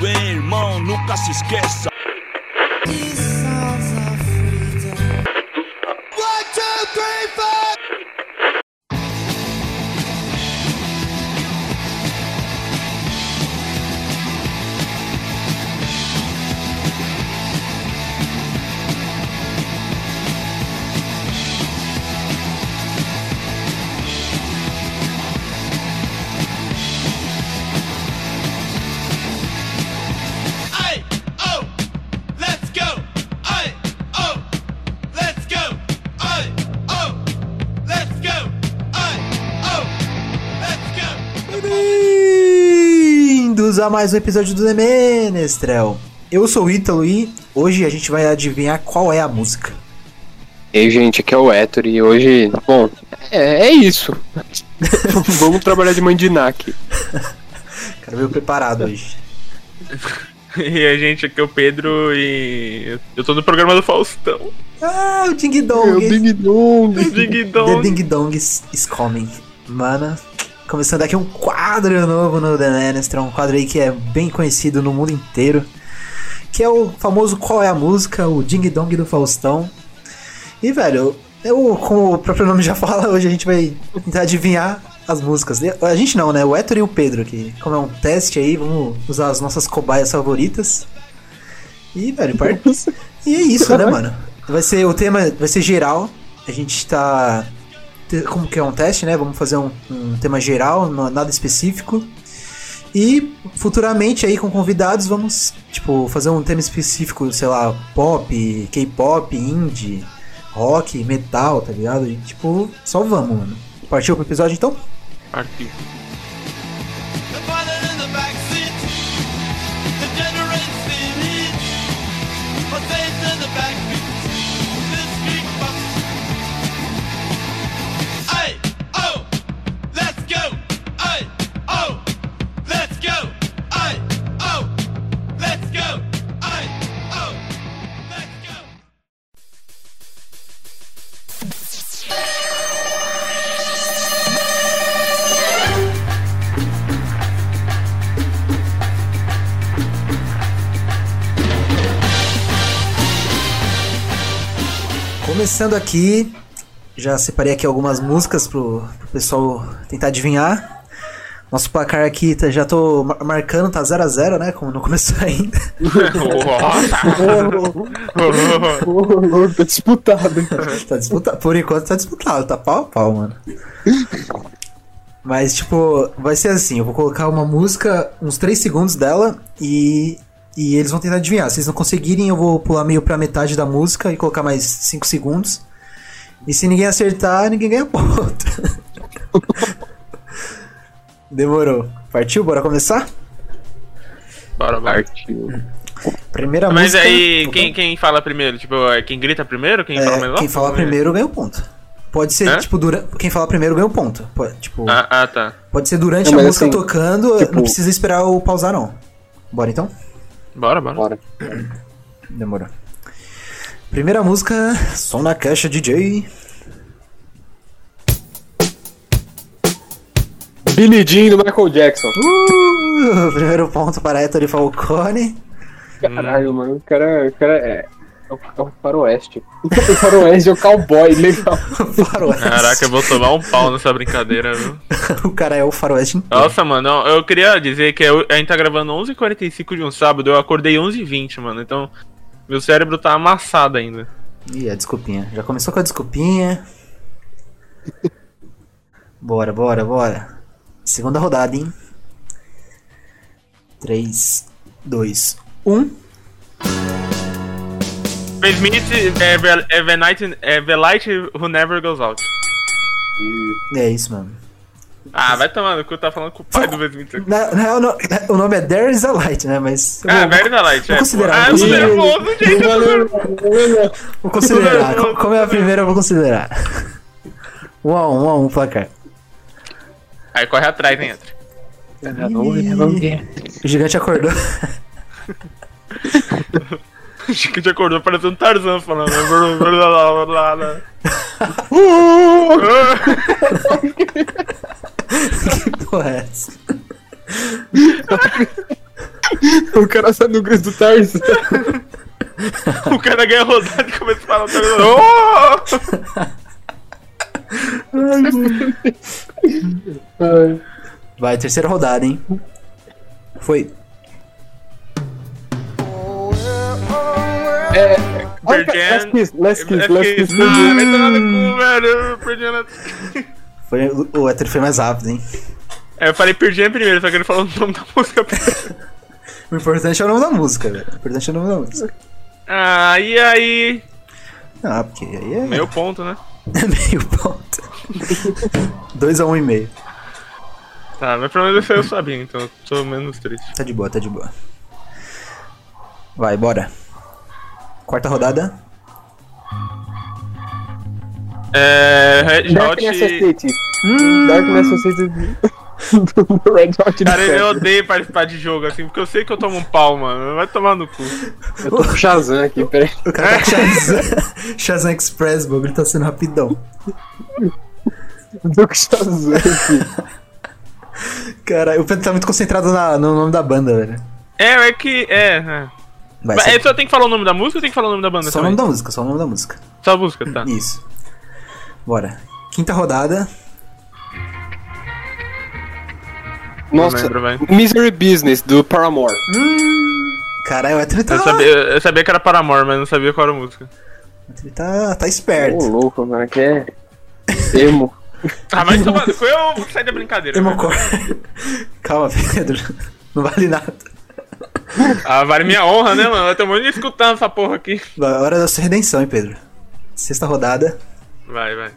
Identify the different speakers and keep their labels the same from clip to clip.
Speaker 1: Meu irmão, nunca se esqueça.
Speaker 2: oh, oh,
Speaker 3: Bem-vindos a mais um episódio do The Menestrel. Eu sou o Ítalo e hoje a gente vai adivinhar qual é a música.
Speaker 4: Ei, gente, aqui é o Héctor e hoje, bom, é, é isso. Vamos trabalhar de mandinac.
Speaker 3: O cara veio preparado hoje.
Speaker 5: E a gente, aqui é o Pedro e eu tô no programa do Faustão.
Speaker 3: Ah, o Ding
Speaker 4: Meu
Speaker 3: Dong.
Speaker 4: É Ding Dong.
Speaker 5: Ding
Speaker 3: The
Speaker 5: Dong.
Speaker 3: Ding Dong is, is coming. Mano, começando aqui um quadro novo no The Menestrel, um quadro aí que é bem conhecido no mundo inteiro, que é o famoso Qual é a Música, o Ding Dong do Faustão. E, velho, eu, como o próprio nome já fala, hoje a gente vai tentar adivinhar as músicas. A gente não, né? O Héctor e o Pedro aqui. Como é um teste aí, vamos usar as nossas cobaias favoritas. E, velho, par- e é isso, né, mano? Vai ser, o tema vai ser geral. A gente tá. te- Como que é um teste, né? Vamos fazer um, um tema geral, não- nada específico. E futuramente aí com convidados vamos, tipo, fazer um tema específico, sei lá, pop, K-pop, indie, rock, metal, tá ligado? E, tipo, só vamos, mano. Partiu pro episódio então?
Speaker 5: Partiu.
Speaker 2: The father in the backseat, the generates the need. But faith in the backbeat, this geek bus. Hey, oh, let's go. Hey, oh, let's go. Hey, oh, let's go. Hey, oh, let's go.
Speaker 3: Começando aqui, já separei aqui algumas músicas pro, pro pessoal tentar adivinhar. Nosso placar aqui, tá- já tô mar- marcando, tá 0x0, né? Como não começou ainda.
Speaker 5: Nossa.
Speaker 4: Ô, louco, tá disputado. hein?
Speaker 3: tá disputado. Por enquanto tá disputado, tá pau a pau, mano. Mas, tipo, vai ser assim: eu vou colocar uma música, uns 3 segundos dela, e, e eles vão tentar adivinhar. Se eles não conseguirem, eu vou pular meio pra metade da música e colocar mais 5 segundos. E se ninguém acertar, ninguém ganha ponto. Demorou. Partiu? Bora começar?
Speaker 5: Bora, bora.
Speaker 4: Partiu.
Speaker 3: Primeira
Speaker 5: Mas
Speaker 3: música.
Speaker 5: aí,
Speaker 3: Opa.
Speaker 5: quem, quem fala primeiro? Tipo, é quem grita primeiro? Quem
Speaker 3: É,
Speaker 5: fala mais alto?
Speaker 3: quem falar primeiro ganha o ponto. Pode ser,
Speaker 5: Hã?
Speaker 3: tipo, dura... quem falar primeiro ganha o ponto. Pode, tipo,
Speaker 5: Ah, ah, tá.
Speaker 3: Pode ser durante
Speaker 4: Não,
Speaker 3: a
Speaker 4: mas
Speaker 3: música
Speaker 4: assim,
Speaker 3: tocando,
Speaker 4: tipo-
Speaker 3: não precisa esperar eu pausar não. Bora então?
Speaker 5: Bora, bora.
Speaker 4: Bora.
Speaker 3: Demorou. Primeira música, som na caixa DJ.
Speaker 4: Billy Jean do Michael Jackson.
Speaker 3: Hum. Uh, primeiro ponto para Ettore Falcone.
Speaker 4: Caralho, mano, o cara, o cara é... É o, é o faroeste. O faroeste é o cowboy, legal.
Speaker 3: Faroeste.
Speaker 5: Caraca, eu vou tomar um pau nessa brincadeira, viu?
Speaker 3: o cara é o faroeste. inteiro.
Speaker 5: Nossa, mano, eu eu queria dizer que eu- a gente tá gravando 11h45 de um sábado, eu acordei 11h20, mano, então meu cérebro tá amassado ainda.
Speaker 3: Ih, a desculpinha. Já começou com a desculpinha. Bora, bora, bora. Segunda rodada, hein? 3, 2, 1.
Speaker 5: Will Smith, Ever, Evernight, Everlight é, Who Never Goes Out.
Speaker 3: É isso, mano.
Speaker 5: Ah, vai tomando, o que eu tava falando com o pai do Will Smith.
Speaker 3: Na, na real, no- o nome é There is a Light, né? Mas. eu
Speaker 5: Ah,
Speaker 3: vou,
Speaker 5: velho da Light,
Speaker 3: vou
Speaker 5: é.
Speaker 3: considerar,
Speaker 5: Ah,
Speaker 3: vou
Speaker 5: eu tô
Speaker 3: considerar.
Speaker 5: nervoso, gente, eu tô nervoso.
Speaker 3: vou considerar.
Speaker 5: Tudo bem,
Speaker 3: Co- Como é a primeira, eu vou considerar. 1 a 1 1 a 1 placar.
Speaker 5: Aí corre atrás, né, entra.
Speaker 3: O gigante acordou.
Speaker 5: Acho que te acordou parecendo um Tarzan falando. blá, blá, blá, blá, blá.
Speaker 3: Que porra é essa?
Speaker 4: o cara sai do grito do Tarzan.
Speaker 5: o cara ganha rodada e começa a falar um Tarzan. Oh!
Speaker 4: Ai.
Speaker 3: Vai, terceira rodada, hein? Foi.
Speaker 4: É. Olha,
Speaker 5: Perdi-
Speaker 4: Let's kiss, let's kiss, let's kiss.
Speaker 5: Ah, vai tomar no cu, velho. Eu Perdi na...
Speaker 3: Foi o hétero foi mais rápido, hein?
Speaker 5: É, eu falei perdi primeiro, só que ele falou o nome da música primeiro.
Speaker 3: O importante é o nome da música, velho. O importante é o nome da música.
Speaker 5: Ah, e aí?
Speaker 3: Ah, porque aí é
Speaker 5: Meu ponto, né?
Speaker 3: meio ponto. 2 a 1,5. Um e meio.
Speaker 5: Tá, mas pelo menos eu sabia, então eu tô menos triste.
Speaker 3: Tá de boa, tá de boa. Vai, bora. Quarta rodada.
Speaker 5: É. Red
Speaker 4: Dark
Speaker 5: Hot.
Speaker 4: Necessity. Dark Necessity do do Red Hot Chili
Speaker 5: Cara, eu
Speaker 4: Peppers.
Speaker 5: odeio participar de jogo assim, porque eu sei que eu tomo um pau, mano. Vai tomar no cu.
Speaker 4: Eu tô com o Shazam aqui, peraí.
Speaker 3: O cara tá
Speaker 5: É.
Speaker 3: com Shazam, Shazam Express, o bagulho tá sendo rapidão.
Speaker 4: Eu tô com o Shazam aqui.
Speaker 3: Cara, o Pedro tá muito concentrado na- no nome da banda, velho.
Speaker 5: É, é que. É. é.
Speaker 3: Vai,
Speaker 5: Mas
Speaker 3: só-
Speaker 5: é, só tem que falar o nome da música ou tem que falar o nome da banda
Speaker 3: só um o nome
Speaker 5: também?
Speaker 3: da música, só o nome da música.
Speaker 5: Só a música, tá.
Speaker 3: Isso. Bora. Quinta rodada.
Speaker 4: Nossa,
Speaker 5: lembro, vai.
Speaker 4: Misery Business do Paramore.
Speaker 3: Caralho, o hétero tá.
Speaker 5: Eu sabia, eu sabia que era Paramore, mas não sabia qual era a música.
Speaker 3: Ele tá, tá
Speaker 4: Ô,
Speaker 3: esperto.
Speaker 4: louco, mano, que é. Emo.
Speaker 5: Ah, mas tomando, eu vou sair da brincadeira.
Speaker 3: Emocore. Calma, Pedro. Não vale nada.
Speaker 5: Ah, vale minha honra, né, mano? Eu tô muito escutando essa porra aqui.
Speaker 3: Vai, Hora da sua redenção, hein, Pedro. Sexta rodada.
Speaker 5: Vai, vai.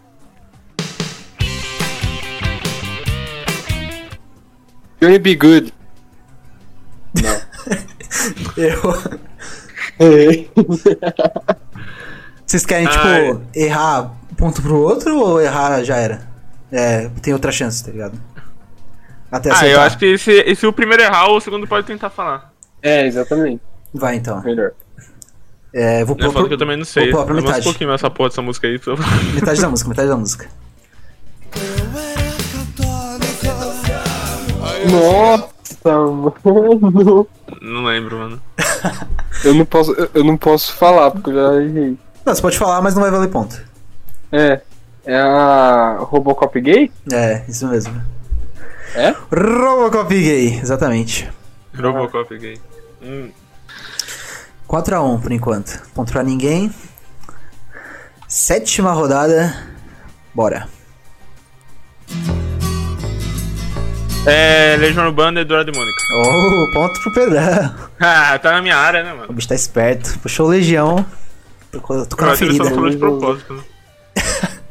Speaker 4: Johnny Be Good.
Speaker 3: Errou.
Speaker 4: É.
Speaker 3: Vocês querem, tipo,
Speaker 5: Ai.
Speaker 3: errar ponto pro outro ou errar já era? É, tem outra chance, tá ligado? Até
Speaker 5: Ah, eu
Speaker 3: acertar.
Speaker 5: acho que se, se o primeiro errar, o segundo pode tentar falar.
Speaker 4: É, exatamente.
Speaker 3: Vai então.
Speaker 4: Melhor.
Speaker 3: É, vou
Speaker 5: Não é
Speaker 3: pôr
Speaker 5: foda
Speaker 3: pro-
Speaker 5: que eu também não sei.
Speaker 3: Vou pôr pra
Speaker 5: Eu um
Speaker 3: metade.
Speaker 5: pouquinho essa porra dessa música aí.
Speaker 3: Metade da música, metade da música.
Speaker 4: Nossa, mano.
Speaker 5: Não lembro, mano.
Speaker 4: Eu não posso, eu- eu não posso falar, porque eu já errei.
Speaker 3: Não, você pode falar, mas não vai valer ponto.
Speaker 4: É. É a Robocop gay?
Speaker 3: É, isso mesmo.
Speaker 4: É?
Speaker 3: Robocop gay, exatamente.
Speaker 5: Robocop gay. Hum.
Speaker 3: 4x1 por enquanto. Ponto pra ninguém. Sétima rodada. Bora.
Speaker 5: É, Legião Urbana, Eduardo e Mônica.
Speaker 3: Oh, ponto pro Pedrão.
Speaker 5: Ah, tá na minha área, né,
Speaker 3: O
Speaker 5: mano?
Speaker 3: bicho tá esperto. Puxou o Legião. Tocou tocou na
Speaker 5: Mas ele
Speaker 3: ferida.
Speaker 5: só falou de propósito. né?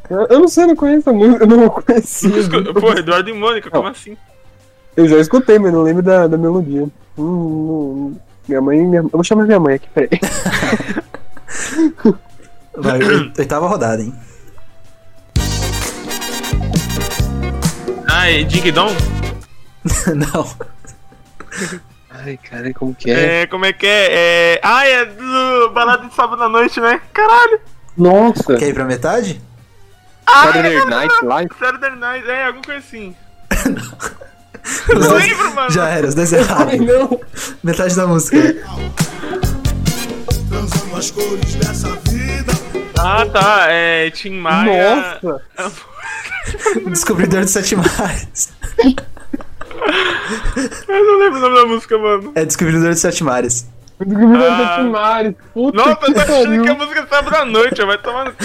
Speaker 4: Eu, eu não sei, eu não conheço a música, eu não conheci.
Speaker 5: Escu- Pô, Eduardo e Mônica, como assim?
Speaker 4: Eu já escutei, mas não lembro da, da melodia. Hum, hum, minha mãe. Minha, eu vou chamar minha mãe aqui, peraí.
Speaker 3: Vai, oit- oitava rodada, hein?
Speaker 5: Ah, é Ding Dong?
Speaker 3: não.
Speaker 4: Ai, cara, como que
Speaker 5: É, como é que é? é... Ah, é do Balada de Sábado à Noite, né? Caralho! Ah,
Speaker 4: Nossa!
Speaker 3: Quer ir pra metade?
Speaker 4: é Saturday Night Live?
Speaker 5: Saturday Night, é, alguma coisa assim. Não lembro, mano.
Speaker 3: Já era, os dois erraram.
Speaker 4: não!
Speaker 3: Metade da música.
Speaker 2: Transando as cores dessa vida.
Speaker 5: Ah, tá, é Tim Maia.
Speaker 4: Nossa!
Speaker 3: Descobridor de Sete Mares.
Speaker 5: Eu não lembro o nome da música, mano.
Speaker 3: É Descobridor de Sete Mares.
Speaker 4: O governo
Speaker 5: Ah.
Speaker 4: da Timares, puta
Speaker 5: Nossa, eu
Speaker 4: que
Speaker 5: tô achando que a
Speaker 4: pariu!
Speaker 5: música é Sábado à Noite, vai tomar no cu.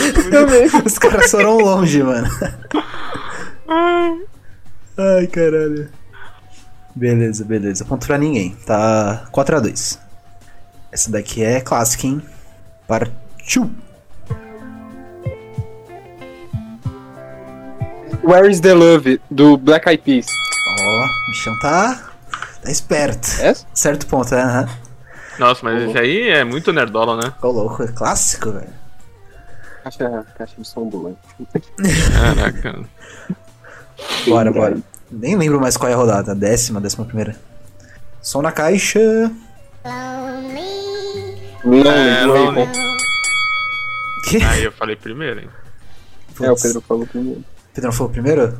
Speaker 3: Os caras foram longe, mano.
Speaker 5: Ai,
Speaker 3: Ai, caralho. Beleza, beleza. Ponto pra ninguém. Tá 4x2. Essa daqui é clássica, hein? Partiu.
Speaker 5: um-
Speaker 4: Where is the Love, do Black Eyed Peas.
Speaker 3: Ó, o bichão tá. Tá esperto.
Speaker 4: É Essa?
Speaker 3: Certo ponto, né? Aham.
Speaker 5: Nossa, mas esse aí é muito nerdola, né?
Speaker 3: Ô, louco, é clássico, velho.
Speaker 4: Caixa, caixa de som ambulante.
Speaker 5: Caraca.
Speaker 3: Bora, bora. Nem lembro mais qual é a rodada. Décima, décima primeira. Som na caixa.
Speaker 6: Lonely,
Speaker 4: Não,
Speaker 5: É,
Speaker 4: não,
Speaker 5: não,
Speaker 4: não.
Speaker 3: Que?
Speaker 5: Aí eu falei primeiro, hein?
Speaker 4: É, o
Speaker 3: Putz.
Speaker 4: Pedro falou primeiro.
Speaker 3: Pedrão falou primeiro?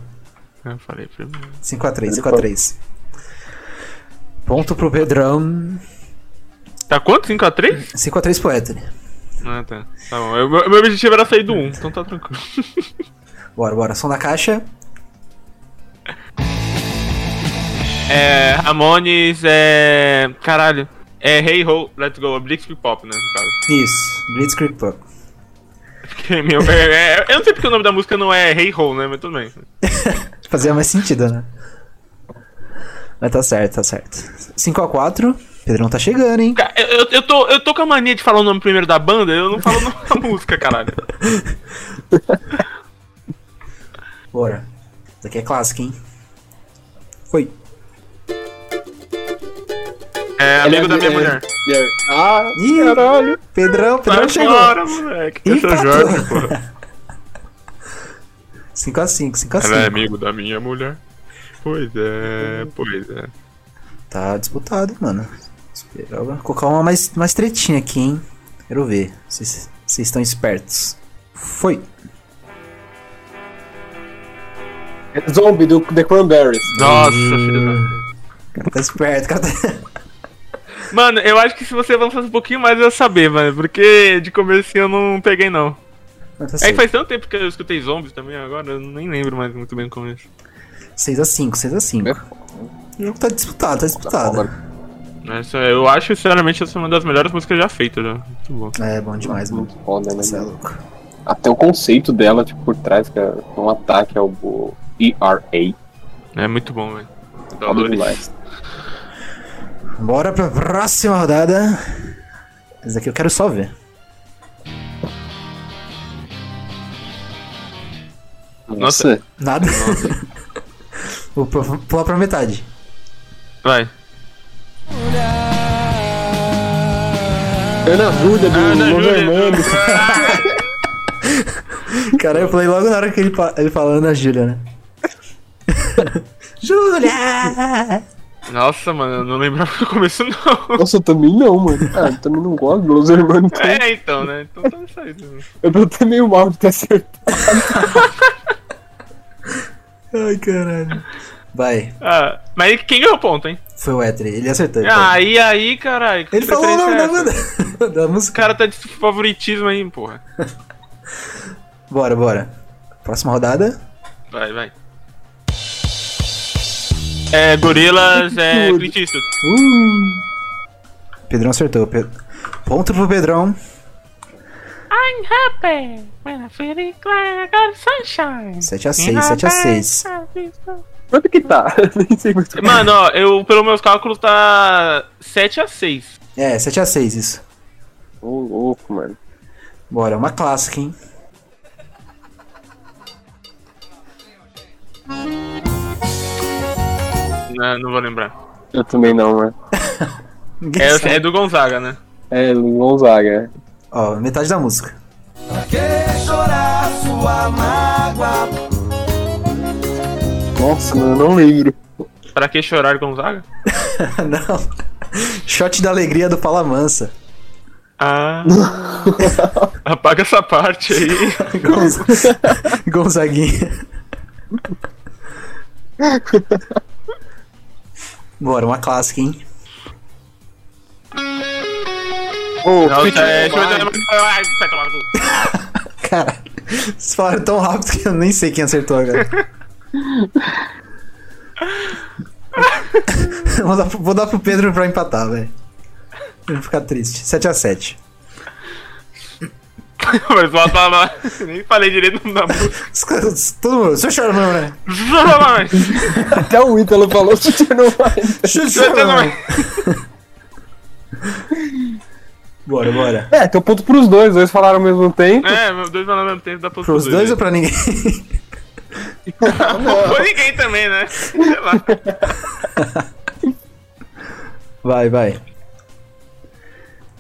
Speaker 5: Eu falei primeiro.
Speaker 3: 5x3, 5x3. Ponto pro Pedrão.
Speaker 5: Tá quanto? 5x3?
Speaker 3: 5x3 pro Anthony.
Speaker 5: Ah, tá. Tá bom. Eu- meu, meu objetivo era sair do 1, então tá tranquilo.
Speaker 3: Bora, bora. Som da caixa.
Speaker 5: É. Ramones é. Caralho. É Hey Ho, Let's Go, é Blitzkrieg Pop, né? No caso.
Speaker 3: Isso. Blitzkrieg Pop.
Speaker 5: Porque, meu, é- é- eu não sei porque o nome da música não é Hey Ho, né? Mas tudo bem.
Speaker 3: Fazia mais sentido, né? Mas tá certo, tá certo. 5x4. Pedrão tá chegando, hein?
Speaker 5: Ca- Eu, eu- eu tô, eu tô com a mania de falar o nome primeiro da banda, eu não falo o nome da música, caralho.
Speaker 3: Bora. Isso aqui é clássico, hein? Foi.
Speaker 5: É amigo da minha
Speaker 4: é-
Speaker 5: mulher.
Speaker 4: é- Ah,
Speaker 3: Ih,
Speaker 4: caralho.
Speaker 3: Pedrão, Pedrão
Speaker 5: Sai
Speaker 3: chegou.
Speaker 5: fora, moleque. Eu sou
Speaker 3: Empatou.
Speaker 5: Jorge, porra.
Speaker 3: 5x5, 5x5.
Speaker 5: Ela é amigo da minha mulher. Pois é, pois é.
Speaker 3: Tá disputado, hein, mano. Esperar agora. Vou colocar uma mais, mais tretinha aqui, hein? Quero ver. Vocês vocês estão espertos. Foi.
Speaker 4: Zombie do The Cranberries.
Speaker 5: Nossa, filho da.
Speaker 3: O cara tá esperto, o cara tá...
Speaker 5: Mano, eu acho que se você avançar um pouquinho mais eu ia saber, mano. Porque de começo eu não peguei, não.
Speaker 3: Mas tá
Speaker 5: É que
Speaker 3: certo.
Speaker 5: faz tanto tempo que eu escutei zombies também agora, eu nem lembro mais muito bem é. do começo.
Speaker 3: 6x5, 6x5. O jogo tá disputado, tá disputado.
Speaker 5: Essa, eu acho, sinceramente, essa é uma das melhores músicas já feitas, já. Muito bom.
Speaker 3: É, bom demais, mano.
Speaker 4: Foda, né?
Speaker 3: Você é
Speaker 4: mano?
Speaker 3: louco.
Speaker 4: Até o conceito dela, tipo, por trás, que é um ataque ao bo- ERA.
Speaker 5: É muito bom, velho.
Speaker 4: Foda
Speaker 5: Adoro isso.
Speaker 4: demais.
Speaker 3: Bora pra próxima rodada. Esse daqui eu quero só ver.
Speaker 5: Nossa.
Speaker 4: Nossa,
Speaker 3: Nada. Vou pro- pular pra metade.
Speaker 5: Vai.
Speaker 4: Ana Júlia do
Speaker 5: Ah, Ana Júlia.
Speaker 4: Loverman.
Speaker 3: Cara, eu falei logo na hora que ele, fa- ele falou Ana Júlia, né? Júlia!
Speaker 5: Nossa, mano, eu não lembrava do começo, não.
Speaker 4: Nossa, eu também não, mano. Ah, eu também não gosto do Loverman. Então.
Speaker 5: É, então, né? Então tá isso aí. né?
Speaker 4: Eu tô até meio mal de ter acertado.
Speaker 3: Ai, caralho. Vai,
Speaker 5: Ah, mas quem ganhou o ponto, hein?
Speaker 3: foi o Etri, ele acertou. então.
Speaker 5: Ah, e aí, caralho? que
Speaker 3: ele falou o nome
Speaker 5: preferência
Speaker 3: da
Speaker 5: é essa?
Speaker 3: banda. da
Speaker 5: O
Speaker 3: música.
Speaker 5: cara tá de favoritismo aí, porra.
Speaker 3: Bora, bora. Próxima rodada.
Speaker 5: Vai, vai. É, Gorilas, é, Clint Eastwood.
Speaker 3: Pedrão acertou. Pe- Ponto pro Pedrão.
Speaker 6: I'm happy when I'm feeling glad I got sunshine.
Speaker 3: 7x6, 7x6.
Speaker 4: Quanto que tá? Nem sei mais.
Speaker 5: Mano, ó, eu, pelos meus cálculos, tá 7x6.
Speaker 3: É, 7x6 isso.
Speaker 4: Ô, louco, mano.
Speaker 3: Bora, uma clássica, hein?
Speaker 5: né, Não, não vou lembrar.
Speaker 4: Eu também não, mano.
Speaker 3: Ninguém sabe.
Speaker 5: É, é do Gonzaga, né?
Speaker 4: É, Lu Gonzaga.
Speaker 3: Ó, metade da música.
Speaker 4: Nossa, mano, eu não lembro.
Speaker 5: Pra que chorar, Gonzaga?
Speaker 3: Não. Shot da alegria do Palamansa.
Speaker 5: Ah. Apaga essa parte aí.
Speaker 3: Gonza... Gonzaguinha. Bora, uma clássica, hein?
Speaker 4: Ô,
Speaker 5: Nossa, é.
Speaker 4: Pitbull, vai.
Speaker 5: Ai, vai tomar no cu.
Speaker 3: Cara, vocês falaram tão rápido que eu nem sei quem acertou agora. vou, dar pro, vou dar pro Pedro pra empatar, velho. Ele vai ficar triste. 7x7.
Speaker 5: Mas volta lá. Nem falei direito o nome da música.
Speaker 3: Os caras- Todo mundo. Seu chorão, né?
Speaker 5: Jura mais.
Speaker 4: Até o Ítalo falou que você não vai.
Speaker 3: Seu
Speaker 5: Jura
Speaker 3: chorão.
Speaker 5: mais.
Speaker 3: Bora, bora.
Speaker 4: É, tem um ponto pros dois. Os dois falaram ao mesmo tempo.
Speaker 5: É, meus dois falando ao mesmo tempo da posição.
Speaker 3: Pros dois ou pra ninguém?
Speaker 5: Ou ninguém também, né? Sei lá.
Speaker 3: Vai, vai.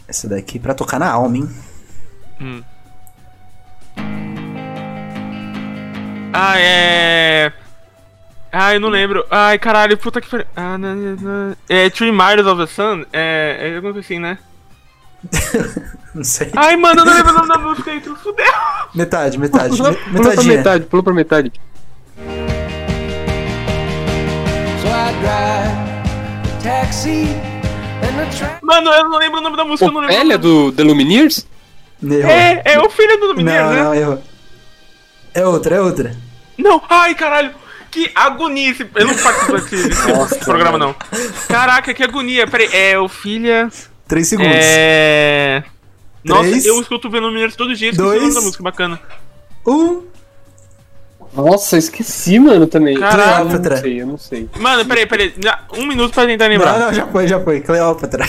Speaker 3: Essa daqui pra tocar na alma, hein?
Speaker 5: Hum. Ah, é. Ai, não lembro. Ai, caralho, puta que pariu. Ah, não, não, não. É Three Miles of the Sun? É, é alguma coisa assim, né?
Speaker 3: Não sei.
Speaker 5: Ai, mano, eu não lembro o nome da música aí, tu fudeu.
Speaker 3: Metade, metade.
Speaker 4: Pula,
Speaker 3: me-
Speaker 4: pula pra
Speaker 3: metadinha.
Speaker 4: metade, pula pra metade.
Speaker 7: So I drive a taxi and a train.
Speaker 5: Mano, eu não lembro o nome da música, eu não lembro. o
Speaker 4: Ofélia
Speaker 5: nome.
Speaker 4: do The Lumineers?
Speaker 3: Errou.
Speaker 5: É, é o filho do Mineiro,
Speaker 3: Não,
Speaker 5: né?
Speaker 3: não, errou. É outra, é outra.
Speaker 5: Não, ai caralho, que agonia esse. Eu não participo desse, desse programa, não. Caraca, que agonia. Peraí, é o filha.
Speaker 3: Três segundos.
Speaker 5: É. Nossa,
Speaker 3: Três,
Speaker 5: eu escuto Venom Mineiros todo dia, esqueci o
Speaker 3: dois,
Speaker 5: nome da música, bacana.
Speaker 3: Um.
Speaker 4: Nossa, esqueci, mano, também.
Speaker 5: Caralho.
Speaker 4: eu não sei, eu não sei.
Speaker 5: Mano, peraí, peraí. já- Um minuto pra tentar
Speaker 3: Não,
Speaker 5: lembrar.
Speaker 3: não, já foi, já foi. Cleópatra.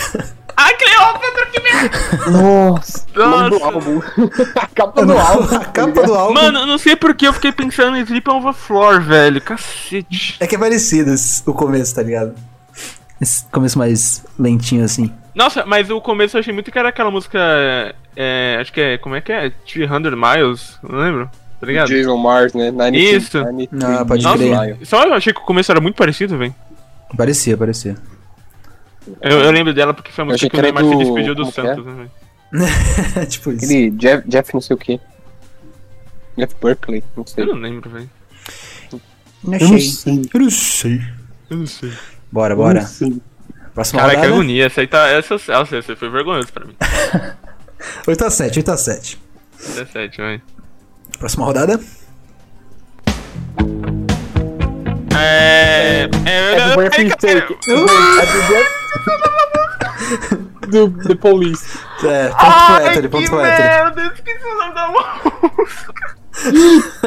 Speaker 5: Ai, Cleópatra, que merda!
Speaker 4: Nossa, nome do
Speaker 5: Nossa.
Speaker 4: álbum. A capa do álbum.
Speaker 3: A capa do álbum
Speaker 5: Mano, eu não sei porque eu fiquei pensando em Sleep on the Floor, velho. Cacete.
Speaker 3: é que é parecido esse- o começo, tá ligado? Esse começo mais lentinho assim.
Speaker 5: Nossa, mas o começo eu achei muito que era aquela música. É, acho que é. Como é que é? 300 Miles? Não lembro. Tá ligado?
Speaker 4: Jason Mars, né? 93,
Speaker 5: Isso.
Speaker 4: 93,
Speaker 3: Ah, pode
Speaker 5: Nossa,
Speaker 3: crer.
Speaker 5: só eu achei que o começo era muito parecido, velho.
Speaker 3: Parecia, parecia.
Speaker 5: Eu, eu lembro dela porque foi a música
Speaker 4: achei
Speaker 5: que
Speaker 4: que
Speaker 5: o
Speaker 4: era
Speaker 5: Neymar
Speaker 4: do-
Speaker 5: se despediu do
Speaker 4: como que é?
Speaker 5: Santos, né, velho?
Speaker 3: tipo isso.
Speaker 4: Aquele Jeff, Jeff não sei o que. Jeff Berkeley, não sei.
Speaker 5: Eu não lembro, velho.
Speaker 3: Não
Speaker 4: Eu não
Speaker 3: achei.
Speaker 4: sei.
Speaker 3: Eu não sei.
Speaker 5: Eu não sei.
Speaker 3: Bora, bora.
Speaker 4: Não sei.
Speaker 3: Próxima
Speaker 5: Cara, que
Speaker 3: rodada.
Speaker 5: agonia. Essa aí tá. Essa, essa, essa foi vergonhoso pra mim.
Speaker 3: 8 a 7, 8 a 7.
Speaker 5: 17, velho.
Speaker 3: Próxima rodada.
Speaker 5: É. É.
Speaker 4: Happy
Speaker 5: eu- eu-
Speaker 4: Birthday
Speaker 5: cara,
Speaker 4: Cake. Happy Birthday- Do The Police.
Speaker 3: É, ponto
Speaker 5: Ai,
Speaker 3: pro hétero, ponto
Speaker 5: que
Speaker 3: pro hétero.
Speaker 5: merda, eu esqueci o nome da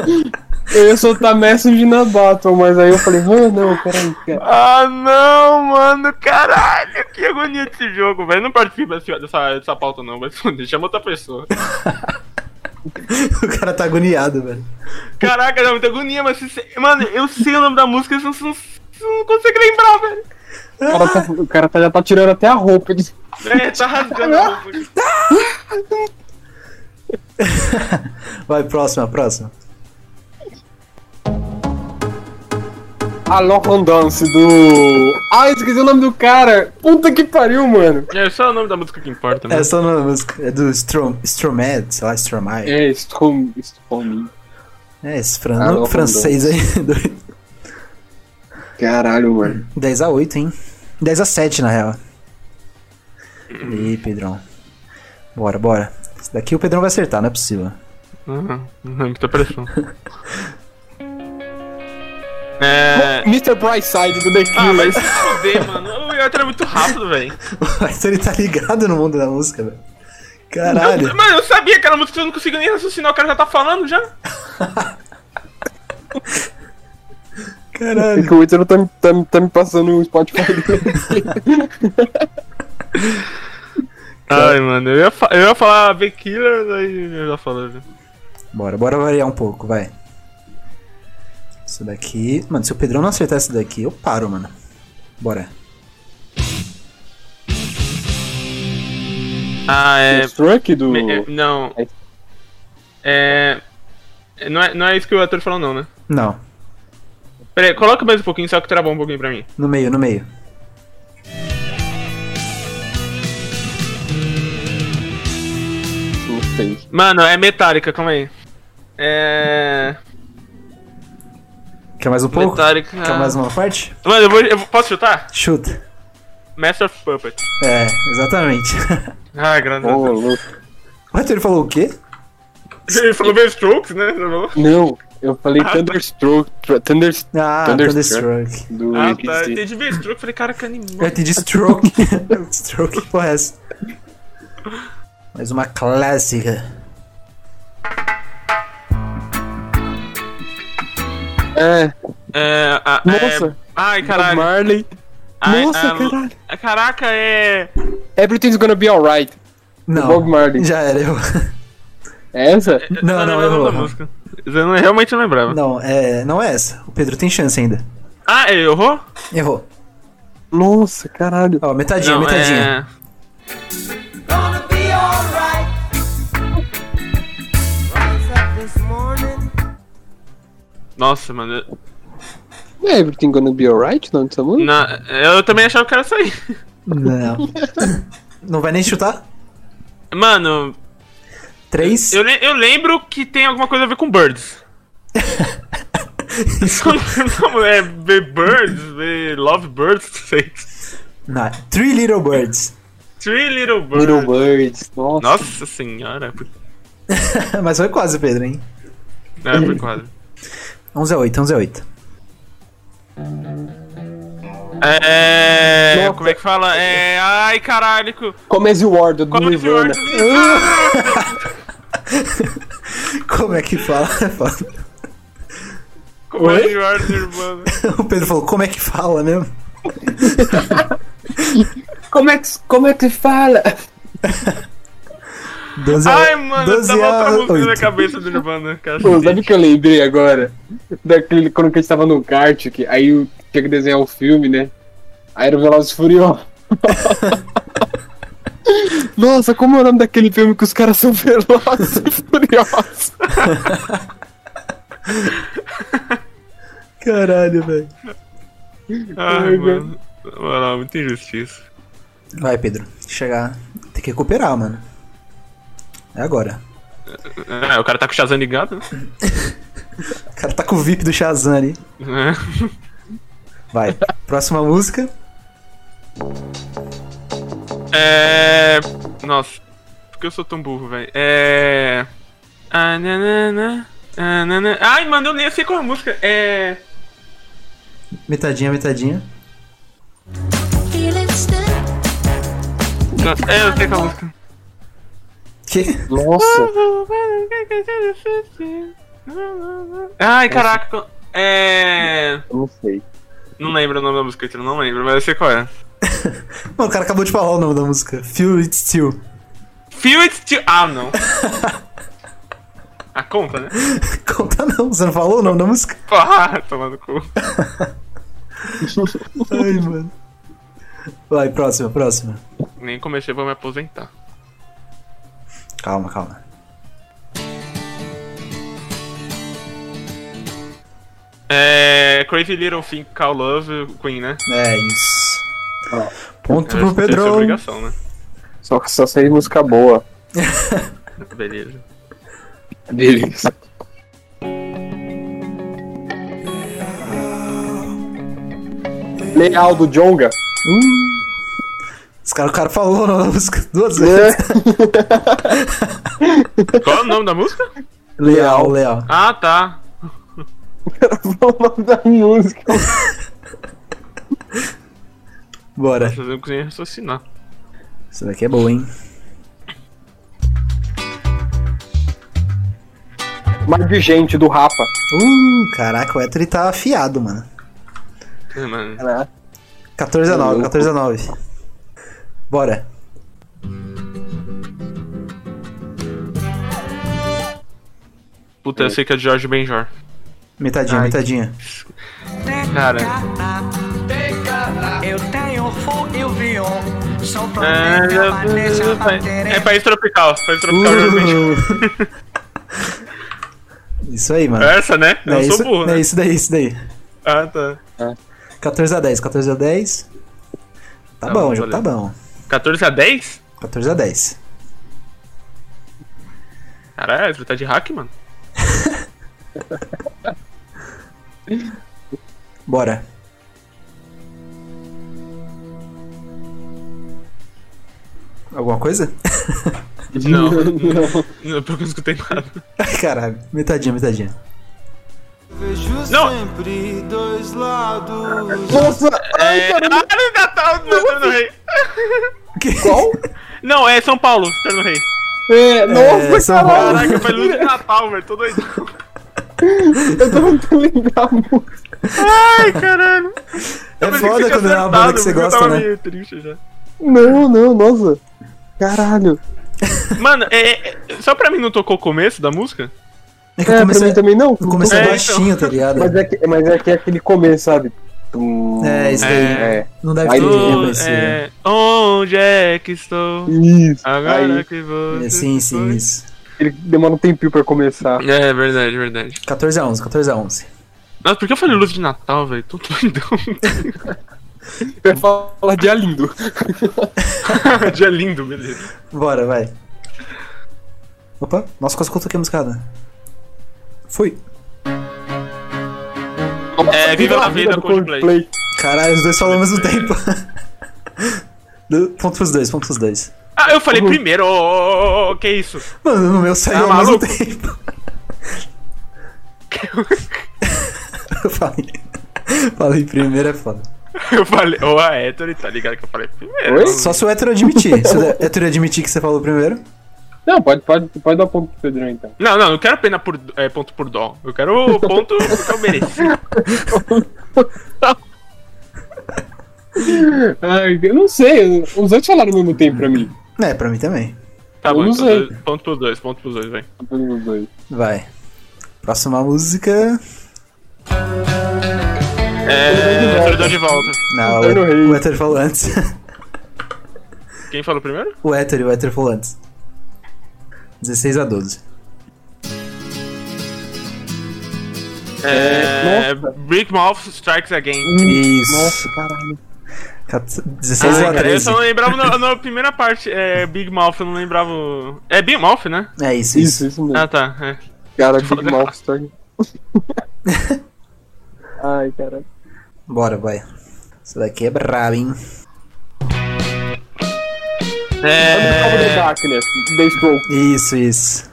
Speaker 5: música.
Speaker 4: Eu ia soltar Message na Battle, mas aí eu falei, ah, não, peraí, cara.
Speaker 5: Ah, não, mano, caralho, que agonia desse jogo, velho. Não participa desse- dessa, dessa pauta, não, mas chama outra pessoa.
Speaker 3: O cara tá agoniado, velho.
Speaker 5: Caraca, dá muita agonia, mas. se- se- Mano, eu sei o nome da música, vocês não, vocês não, vocês não conseguem lembrar, velho.
Speaker 4: O cara, tá, o cara tá- já tá tirando até a roupa. Ele...
Speaker 5: É, tá rasgando a música.
Speaker 3: Vai, próxima, próxima.
Speaker 4: Alô, Rondance do. Ah, eu esqueci o nome do cara. Puta que pariu, mano.
Speaker 5: É só o nome da música que importa,
Speaker 4: Hum.
Speaker 5: né?
Speaker 3: É só na música. É do Strom, Stromed, sei lá, Stromae.
Speaker 4: É, Storm. Storm.
Speaker 3: É, esse fran-
Speaker 4: Ah, não,
Speaker 3: francês aí. doido.
Speaker 4: Caralho, mano.
Speaker 3: 10 a 8, hein? 10 a 7, na real.
Speaker 4: Hum.
Speaker 3: E aí, Pedrão. Bora, bora. Esse daqui o Pedrão vai acertar, não é possível.
Speaker 5: Uhum, uhum, muita pressão. é.
Speaker 4: Mr. Brightside do The
Speaker 5: Ah,
Speaker 4: Killers.
Speaker 5: mas se fuder, mano. O Yota era muito rápido, velho.
Speaker 3: Mas ele tá ligado no mundo da música, velho.
Speaker 5: Eu-
Speaker 3: Caralho.
Speaker 5: Mano, eu sabia que era música, eu não consigo nem raciocinar, o cara já tá falando já.
Speaker 3: Caralho.
Speaker 4: que o Witcher tá, me- tá, me- tá me passando o Spotify dele.
Speaker 5: Ai, mano, eu ia, fa- eu ia falar The Killers, aí eu já falei. já.
Speaker 3: Bora, bora variar um pouco, vai. Isso daqui. Mano, se o Pedrão não acertar isso daqui, eu paro, mano. Bora.
Speaker 5: Ah, é.
Speaker 4: Struck do.
Speaker 5: me- é, Não. É. é, Não é, não é isso que o ator falou, não, né?
Speaker 3: Não.
Speaker 5: Pera aí, coloca mais um pouquinho, só que travou um pouquinho pra mim.
Speaker 3: No meio, no meio.
Speaker 4: Não sei.
Speaker 5: Mano, é metálica, calma aí. É.
Speaker 3: Quer mais um pouco?
Speaker 5: Metálica.
Speaker 3: Quer mais um? uma parte?
Speaker 5: Mano, eu vou. Eu vou- posso chutar?
Speaker 3: Chuta.
Speaker 5: Master of Puppets.
Speaker 3: É, exatamente.
Speaker 5: Ah, grande.
Speaker 4: Ô, louco.
Speaker 3: O Arthur falou o quê?
Speaker 5: Ele falou The Strokes, né? Ele falou.
Speaker 4: Não, eu falei Thunderstroke. Thunder
Speaker 3: Ah,
Speaker 4: Thunderstruck.
Speaker 3: Thunderstruck.
Speaker 4: do
Speaker 5: Ah,
Speaker 4: ACDC.
Speaker 5: tá. Eu entendi The Strokes, falei, cara, que animal.
Speaker 3: Eu entendi Stroke. stroke, que porra é essa? Mais uma clássica.
Speaker 4: É,
Speaker 5: É, a,
Speaker 4: Nossa.
Speaker 5: É... Ai,
Speaker 4: Bob
Speaker 5: caralho.
Speaker 4: Marley.
Speaker 5: Ai,
Speaker 4: Nossa,
Speaker 5: a-
Speaker 4: caralho.
Speaker 5: a- Caraca, é.
Speaker 4: Everything's gonna be alright.
Speaker 3: Não.
Speaker 4: Bob Marley.
Speaker 3: Já era eu.
Speaker 4: É essa?
Speaker 5: Eu
Speaker 3: Não, não,
Speaker 5: lembrava
Speaker 3: errou,
Speaker 5: Tá da
Speaker 3: errou.
Speaker 5: música. Eu não- realmente não lembrava.
Speaker 3: Não, é, não é essa. O Pedro tem chance ainda.
Speaker 5: Ah, é, errou?
Speaker 3: Errou.
Speaker 4: Nossa, caralho.
Speaker 3: Ó, metadinha,
Speaker 5: Não,
Speaker 3: metadinha.
Speaker 5: é.
Speaker 7: Gonna be alright. Rise up this morning.
Speaker 5: Nossa, mano. eu-
Speaker 4: Não é Everything gonna be alright, não, dessa música?
Speaker 5: Na, eu também achava que era isso aí.
Speaker 3: Não. Não vai nem chutar?
Speaker 5: Mano,
Speaker 3: Três?
Speaker 5: eu, le- eu lembro que tem alguma coisa a ver com Birds. Não, é ver Birds, é Love Birds, não sei.
Speaker 3: Não, Three Little Birds.
Speaker 5: Three Little Birds.
Speaker 4: Little Birds, nossa.
Speaker 5: Nossa senhora, por-
Speaker 3: Mas foi quase, Pedro, hein?
Speaker 5: é, por quase.
Speaker 3: 11 a 8, 11 a 8.
Speaker 5: É.
Speaker 4: Nossa.
Speaker 5: Como é que fala? É. Ai, caralho. co-
Speaker 4: Como é The War do
Speaker 5: Como de
Speaker 4: Nirvana.
Speaker 5: ordem- Ah!
Speaker 3: Como é que fala? É foda.
Speaker 5: Como é de ordem, Nirvana?
Speaker 3: O Pedro falou, como é que fala mesmo?
Speaker 4: Como é, que, como é que fala?
Speaker 3: 12 a
Speaker 5: Ai, mano, tá eu
Speaker 3: 12
Speaker 5: tava outra
Speaker 3: a
Speaker 5: música na
Speaker 3: 8.
Speaker 5: cabeça do Nirvana. cara.
Speaker 4: Pô, sabe o que eu lembrei agora? Daquele, quando a gente tava no kart, que aí eu tinha que desenhar um filme, né? Aí era o Velozes e Furiosos. Nossa, como é o nome daquele filme que os caras são velozes e furiosos?
Speaker 3: Caralho, velho.
Speaker 5: Ai, mano. Mano, muita injustiça.
Speaker 3: Vai, Pedro. Chegar. Tem que recuperar, mano. É agora.
Speaker 5: É, o cara tá com o Shazam ligado, né?
Speaker 3: O cara tá com o VIP do Shazam ali.
Speaker 5: É.
Speaker 3: Vai. Próxima música.
Speaker 5: É. Nossa, por que eu sou tão burro, velho? É. Ah, na, na, na, ah, na, na. Ai, mano, eu nem sei qual é a música. É.
Speaker 3: Metadinha, metadinha.
Speaker 8: Feeling still.
Speaker 5: É, eu sei qual é a música.
Speaker 3: Que?
Speaker 4: Nossa,
Speaker 5: Ai, caraca. É.
Speaker 4: eu não sei.
Speaker 5: Não lembro o nome da música, eu não lembro, mas eu sei qual é.
Speaker 3: Mano, o cara acabou de falar o nome da música. Feel It Still.
Speaker 5: Feel it still. Ah, não. A conta, né?
Speaker 3: Conta não. Você não falou o nome da música?
Speaker 5: Porra, tomando cu.
Speaker 3: Ai, mano. Vai, próxima, próxima.
Speaker 5: Nem comecei, vou me aposentar.
Speaker 3: Calma, calma.
Speaker 5: É. Crazy Little Thing Call Love, Queen, né?
Speaker 3: É isso. Ponto pro
Speaker 5: Essa é a
Speaker 3: Pedro.
Speaker 5: obrigação, né?
Speaker 4: Só, só sei música boa.
Speaker 5: Beleza.
Speaker 4: Beleza. Leal do Jonga.
Speaker 3: Os cara, o cara falou o nome da música duas vezes.
Speaker 4: é
Speaker 5: Qual é o nome da música?
Speaker 3: Leal, É, leal.
Speaker 5: Ah, tá.
Speaker 4: o nome da música.
Speaker 3: Bora.
Speaker 5: Vocês não conseguem raciocinar.
Speaker 3: Isso daqui é boa, hein?
Speaker 4: Mar de gente do Rapa.
Speaker 3: Uh, caraca, o Héctor ele tá afiado, mano.
Speaker 5: É, mano.
Speaker 4: Caraca.
Speaker 3: 14 a 9,
Speaker 4: Louco.
Speaker 3: 14 a 9. Bora.
Speaker 5: Puta, eu sei que é de Jorge Benjor.
Speaker 3: Metadinha,
Speaker 5: Ai.
Speaker 3: metadinha.
Speaker 5: Cara.
Speaker 9: Eu tenho fogo e o vion. Sou planeta, Vanessa,
Speaker 5: É, é
Speaker 9: Vanderé.
Speaker 5: país tropical. País tropical, Jorge Benjor.
Speaker 3: Uh. isso aí, mano.
Speaker 5: Essa, né?
Speaker 3: Não
Speaker 5: eu
Speaker 3: isso,
Speaker 5: sou burro,
Speaker 3: não é
Speaker 5: né?
Speaker 3: isso daí, isso daí.
Speaker 5: Ah, tá.
Speaker 3: 14 a 10, 14 a 10. Tá,
Speaker 5: Tá
Speaker 3: bom,
Speaker 5: bom,
Speaker 3: jogo tá bom.
Speaker 5: 14 a 10?
Speaker 3: 14 a 10.
Speaker 5: Caralho, você tá de hack, mano.
Speaker 3: Bora. Alguma coisa?
Speaker 5: Não. não, porque eu não escutei nada.
Speaker 3: Ai, caralho. Metadinha, metadinha.
Speaker 5: Não!
Speaker 4: Nossa,
Speaker 5: É... Ah, ainda tá no Terno Rei.
Speaker 4: qual?
Speaker 5: Não, é São Paulo, Terno Rei.
Speaker 4: É, nossa,
Speaker 3: São
Speaker 4: caralho.
Speaker 3: Paulo.
Speaker 5: Caraca, foi luz de Natal, velho. Tô doido.
Speaker 4: Eu tô tentando lembrar a música.
Speaker 5: Ai, caralho.
Speaker 3: É foda quando é uma banda que você
Speaker 5: eu
Speaker 3: gosta,
Speaker 5: tava
Speaker 3: né?
Speaker 5: meio triste já.
Speaker 4: Não, não, nossa. Caralho.
Speaker 5: Mano, é, é- só pra mim não tocou o começo da música?
Speaker 3: É que eu
Speaker 4: É, pra
Speaker 3: comecei,
Speaker 4: mim também não.
Speaker 3: eu comecei
Speaker 5: É, então.
Speaker 3: baixinho, tá ligado?
Speaker 4: Mas é, que, mas é que é aquele começo, sabe? Tum.
Speaker 3: É, isso daí.
Speaker 4: É.
Speaker 3: Não deve
Speaker 4: Aí
Speaker 3: ter
Speaker 4: ele-
Speaker 5: Oh,
Speaker 3: reconhecido.
Speaker 5: é, onde é que estou?
Speaker 4: Isso.
Speaker 5: Agora
Speaker 4: Aí
Speaker 5: que vou.
Speaker 3: É, Sim, sim, isso.
Speaker 4: ele demora um tempinho pra começar.
Speaker 5: É, verdade, verdade.
Speaker 3: 14 a 11, 14 a 11.
Speaker 5: Nossa, por que eu falei luz de Natal, velho? Tô doidão.
Speaker 4: Eu ia falar de Alindo.
Speaker 5: Dia lindo, beleza.
Speaker 3: Bora, vai. Opa, nossa, quase que eu toquei a música. né? Fui.
Speaker 5: É, Viva a Vida do Coldplay.
Speaker 3: Caralho, os dois falam ao mesmo tempo. Do- ponto pros dois, ponto pros dois.
Speaker 5: Ah, eu falei primeiro, ô, ô, ô, ô, que isso?
Speaker 3: Mano, no meu saiu
Speaker 5: Tá
Speaker 3: ao mesmo
Speaker 5: maluco?
Speaker 3: tempo. eu falei. Falei primeiro é foda.
Speaker 5: Eu falei, ô, a hétero, tá ligado que eu falei primeiro.
Speaker 4: Oi?
Speaker 3: Só se o hétero admitir. Se o hétero admitir que você falou primeiro.
Speaker 4: Não, pode, pode, pode dar ponto pro Pedrão então.
Speaker 5: Não, não, não quero pena por, é, ponto por dó. Eu quero ponto que eu mereci.
Speaker 4: Ai, Ah, eu não sei, os dois falaram ao mesmo tempo pra mim.
Speaker 3: É, pra mim também.
Speaker 5: Tá
Speaker 4: Eu
Speaker 5: bom,
Speaker 4: não
Speaker 5: então,
Speaker 4: sei.
Speaker 5: dois- ponto pros dois, ponto pros dois, vem.
Speaker 4: Os dois.
Speaker 3: Vai. Próxima música.
Speaker 5: É, Solidão de Volta.
Speaker 3: Não,
Speaker 4: Eterno Rei.
Speaker 3: o, o hétero falou antes.
Speaker 5: Quem falou primeiro?
Speaker 3: o hétero, o hétero falou antes. 16 a 12.
Speaker 5: É,
Speaker 4: nossa.
Speaker 5: Brick Mouth Strikes Again.
Speaker 3: Isso.
Speaker 4: Nossa, caralho.
Speaker 3: Cat- 16 a
Speaker 5: Ai, cara, eu
Speaker 3: 13.
Speaker 5: só não lembrava na, na primeira parte, é Big Mouth, eu não lembrava. o- É Big Mouth, né?
Speaker 3: É isso, isso.
Speaker 4: Isso, isso mesmo.
Speaker 5: Ah, tá. é.
Speaker 4: Cara,
Speaker 5: Foda.
Speaker 4: Big tá Mouth Story. Ai, cara.
Speaker 3: Bora, vai. Isso daqui é brabo, hein?
Speaker 4: Cobra do
Speaker 5: É.
Speaker 4: Darkness, The Stroke.
Speaker 3: Isso, isso.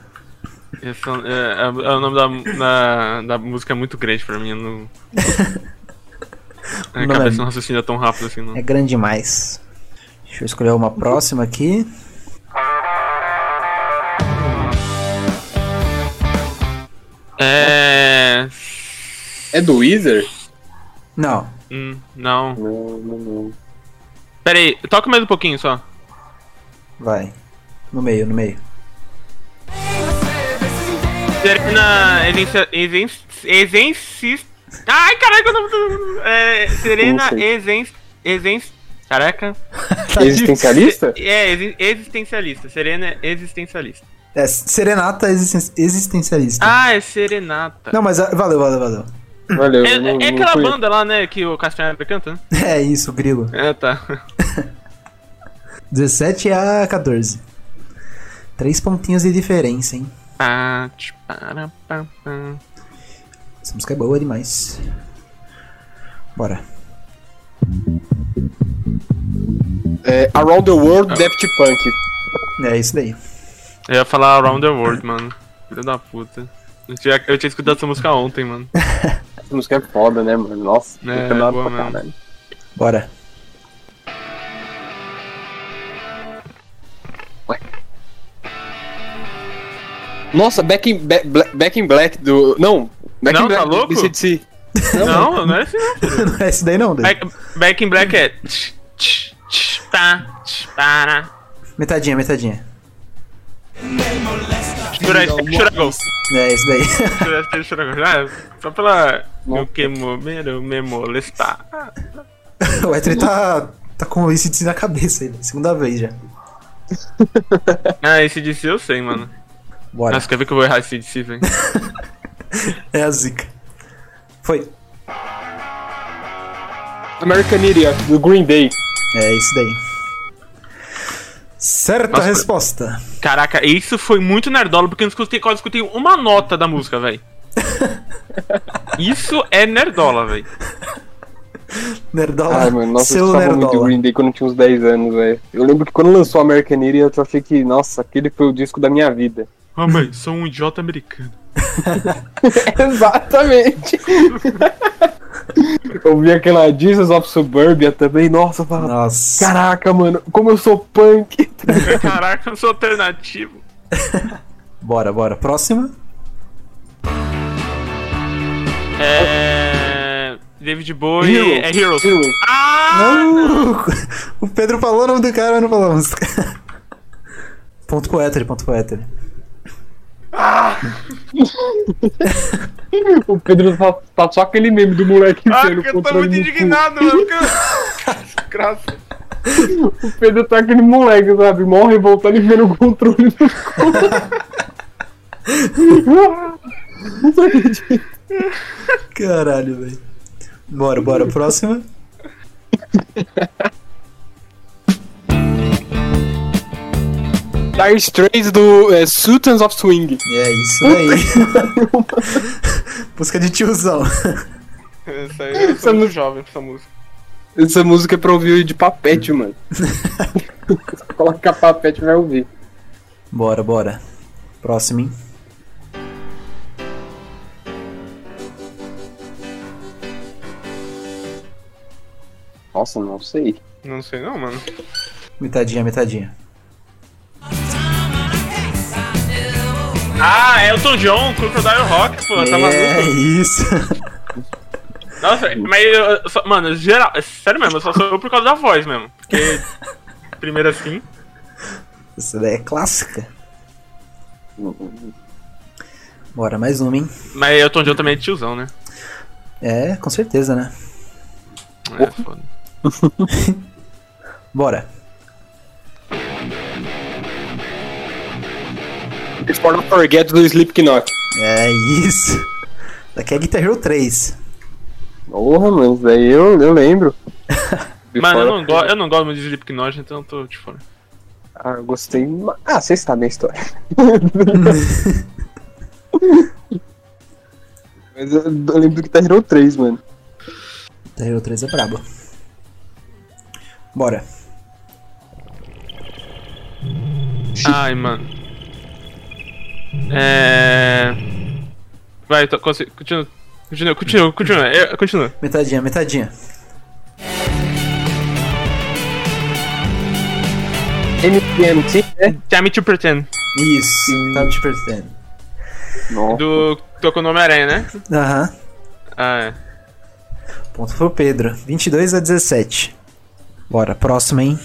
Speaker 5: Esse é, é- é o nome da, da, da música é muito grande pra mim. Eu não... A
Speaker 3: Não
Speaker 5: minha
Speaker 4: é
Speaker 5: cabeça
Speaker 3: lembro.
Speaker 5: não raciocina tão rápido assim, não.
Speaker 3: É grande demais. Deixa eu escolher uma próxima aqui.
Speaker 5: É.
Speaker 4: É do Weezer?
Speaker 3: Não.
Speaker 5: hum, Não.
Speaker 4: Não, não, não.
Speaker 5: Pera aí, toca mais um pouquinho só.
Speaker 3: Vai. No meio, no meio.
Speaker 5: Serena. Exenci- Exen- Exencis. Ai, caraca, eu não. É, Serena
Speaker 4: Não sei.
Speaker 5: Exens. Exens. Caraca. Tá
Speaker 4: Existencialista?
Speaker 5: É, exi- existencialista. Serena existencialista.
Speaker 3: É serenata existen- existencialista.
Speaker 5: Ah, é Serenata.
Speaker 3: Não, mas ah, valeu, valeu, valeu.
Speaker 4: Valeu.
Speaker 5: É,
Speaker 4: não-
Speaker 5: é
Speaker 4: não
Speaker 5: aquela
Speaker 4: conheço.
Speaker 5: banda lá, né, que o Castanheira canta, né?
Speaker 3: É isso, grilo.
Speaker 5: É, tá.
Speaker 3: 17 a 14. Três pontinhos de diferença, hein?
Speaker 5: Pá, Ah, tch, para, pá, pá.
Speaker 3: Essa música é boa demais. Bora.
Speaker 4: É, Around the World, Daft Punk.
Speaker 3: É isso daí.
Speaker 5: Eu ia falar Around the World, mano. Filho da puta. Eu tinha, eu tinha escutado essa música ontem, mano.
Speaker 4: Essa música é foda, né, mano? Nossa,
Speaker 5: É,
Speaker 4: não tem nada
Speaker 5: boa
Speaker 4: pra
Speaker 5: mesmo.
Speaker 4: caralho.
Speaker 3: Bora.
Speaker 4: Nossa, Back in, Ba- Bla- Back in Black do. Não, Back
Speaker 5: Não,
Speaker 4: in Black
Speaker 5: tá
Speaker 4: do
Speaker 5: louco?
Speaker 4: BCDC.
Speaker 5: Não, não é assim não.
Speaker 3: Não é isso daí não, Dave.
Speaker 5: Back, Back in Black é. tch, tch, tch, pá, tch, para.
Speaker 3: Metadinha, metadinha.
Speaker 5: Churasteiro, churagol.
Speaker 3: É isso daí.
Speaker 5: Churasteiro, churagol. Ah, Só pela.
Speaker 4: Nossa.
Speaker 5: Eu que momento me molestar.
Speaker 3: o Etri tá, tá com o ICDC na cabeça aí. Segunda vez já.
Speaker 5: Ah, esse DC eu sei, mano.
Speaker 3: Bora.
Speaker 5: Nossa, quer ver que eu vou errar esse DC, velho?
Speaker 3: É a zica. Foi.
Speaker 4: American Idiot do Green Day.
Speaker 3: É isso daí. Certa
Speaker 5: Nossa,
Speaker 3: resposta.
Speaker 5: Caraca, isso foi muito nerdola, porque eu não escutei, quase escutei uma nota da música, velho. Isso é nerdola, velho.
Speaker 3: Nerdola.
Speaker 4: Ai, mano, nossa, eu
Speaker 3: seu
Speaker 4: gostava muito do
Speaker 3: Nerdola.
Speaker 4: Green Day quando eu tinha uns 10 anos, velho. Eu lembro que quando lançou American Idiot, eu achei que, nossa, aquele foi o disco da minha vida.
Speaker 5: Ah, mãe, sou um idiota americano.
Speaker 4: Exatamente! eu vi aquela Jesus of Suburbia também, nossa, eu falava,
Speaker 3: Nossa.
Speaker 4: caraca, mano, como eu sou punk!
Speaker 5: Caraca, eu sou alternativo.
Speaker 3: Bora, bora. Próxima.
Speaker 5: É. David Bowie
Speaker 4: Heroes.
Speaker 5: é Heroes.
Speaker 4: Heroes.
Speaker 5: Ah!
Speaker 3: Não! Uh, O Pedro falou o nome do cara, mas não falou a música. Ponto pro Etri, ponto pro Etri.
Speaker 4: O Pedro tá, tá só aquele meme do moleque
Speaker 5: Ah,
Speaker 4: inteiro
Speaker 5: que eu tô
Speaker 4: controle
Speaker 5: muito
Speaker 4: no cu.
Speaker 5: indignado, mano. que eu- Desgraça.
Speaker 4: O Pedro tá aquele moleque, sabe? Mó revoltado e vendo o controle no cu.
Speaker 3: Caralho, velho. Bora, bora. Próxima.
Speaker 4: Dire Straits do é, Sultans of Swing.
Speaker 3: É isso daí. Música de tiozão.
Speaker 5: Isso aí, eu sou muito jovem pra essa música.
Speaker 4: Essa música é pra ouvir de papete, mano. Coloca papete e vai ouvir.
Speaker 3: Bora, bora. Próximo, hein?
Speaker 4: Nossa, não sei.
Speaker 5: Não sei não, mano.
Speaker 3: Metadinha, metadinha.
Speaker 5: Ah, Elton John, Crocodile Rock, pô,
Speaker 3: é
Speaker 5: tá maluco?
Speaker 3: isso.
Speaker 5: Nossa, mas, eu- eu só- mano, geral, é sério mesmo, eu só sou eu por causa da voz mesmo. Porque, primeiro assim,
Speaker 3: Essa daí é clássica. Bora, mais uma, hein?
Speaker 5: mas Elton John também é tiozão, né?
Speaker 3: É, com certeza, né?
Speaker 5: É, foda.
Speaker 3: Bora.
Speaker 4: Before I Forget do Slipknot.
Speaker 3: É isso. Daqui é Guitar Hero 3.
Speaker 4: Porra, mano, isso daí eu, eu lembro.
Speaker 5: Mano, eu não,
Speaker 4: Before-
Speaker 5: go eu não gosto muito de Slipknot, então eu tô de fora.
Speaker 4: Ah, eu gostei. ma- Ah, vocês sabem a história. Mas eu, eu lembro do Guitar Hero 3, mano.
Speaker 3: Guitar Hero 3 é brabo. Bora.
Speaker 5: Ai, mano. É... Vai, tô, consigo, continua, continua, continua, continua, é, continua.
Speaker 3: Metadinha, metadinha.
Speaker 4: MPMT, né?
Speaker 5: Time to Pretend,
Speaker 3: Isso. Tava te perdendo.
Speaker 4: Nossa.
Speaker 5: do Tocou no Homem-Aranha, né?
Speaker 3: Aham.
Speaker 5: Ah, é.
Speaker 3: Ponto pro Pedro. 22 a 17. Bora, próximo, hein?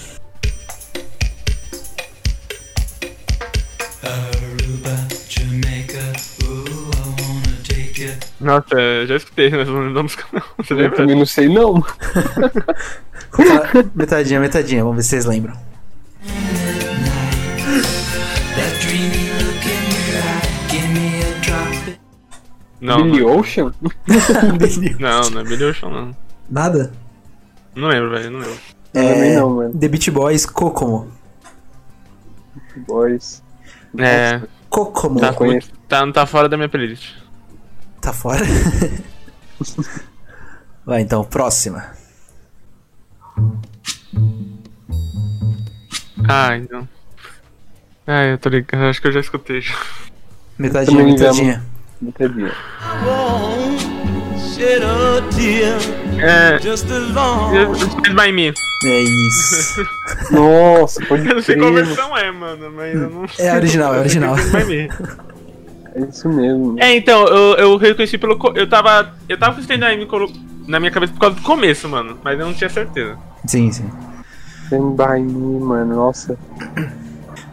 Speaker 5: Nossa, eu já escutei, mas eu não lembro da música não. é Você
Speaker 4: Eu
Speaker 5: lembra?
Speaker 4: também não sei, não.
Speaker 3: Vou falar- metadinha, metadinha. Vamos ver se vocês lembram.
Speaker 5: Não,
Speaker 4: Billy
Speaker 5: não,
Speaker 4: Ocean?
Speaker 5: não, não é Billy Ocean, não.
Speaker 3: Nada?
Speaker 5: Não lembro, velho, não lembro.
Speaker 3: É,
Speaker 4: Também não, mano.
Speaker 3: The Beat Boys Kokomo.
Speaker 4: Boys.
Speaker 5: É,
Speaker 3: Kokomo.
Speaker 5: tá,
Speaker 4: Não conheço.
Speaker 5: muito- tá, tá fora da minha playlist.
Speaker 3: Tá fora? Vai então, próxima.
Speaker 5: Ah, então. Ah, eu tô ligado, acho que eu já escutei. já.
Speaker 3: Metadinha,
Speaker 4: Também engano.
Speaker 3: metadinha.
Speaker 4: Não sabia.
Speaker 9: Shed a tear
Speaker 5: É,
Speaker 9: just as long
Speaker 5: Stand By Me.
Speaker 3: É isso.
Speaker 4: Nossa, pode
Speaker 5: Eu não sei
Speaker 4: crer.
Speaker 5: qual
Speaker 4: mano.
Speaker 5: versão é, mano, mas eu não...
Speaker 3: É a original, é a original.
Speaker 5: Stand By Me.
Speaker 4: É isso mesmo.
Speaker 5: É, então, eu, eu reconheci pelo. co- Eu tava. Eu tava com o stand me colo- na minha cabeça por causa do começo, mano. Mas eu não tinha certeza.
Speaker 3: Sim, sim.
Speaker 4: Stand by me, mano. Nossa.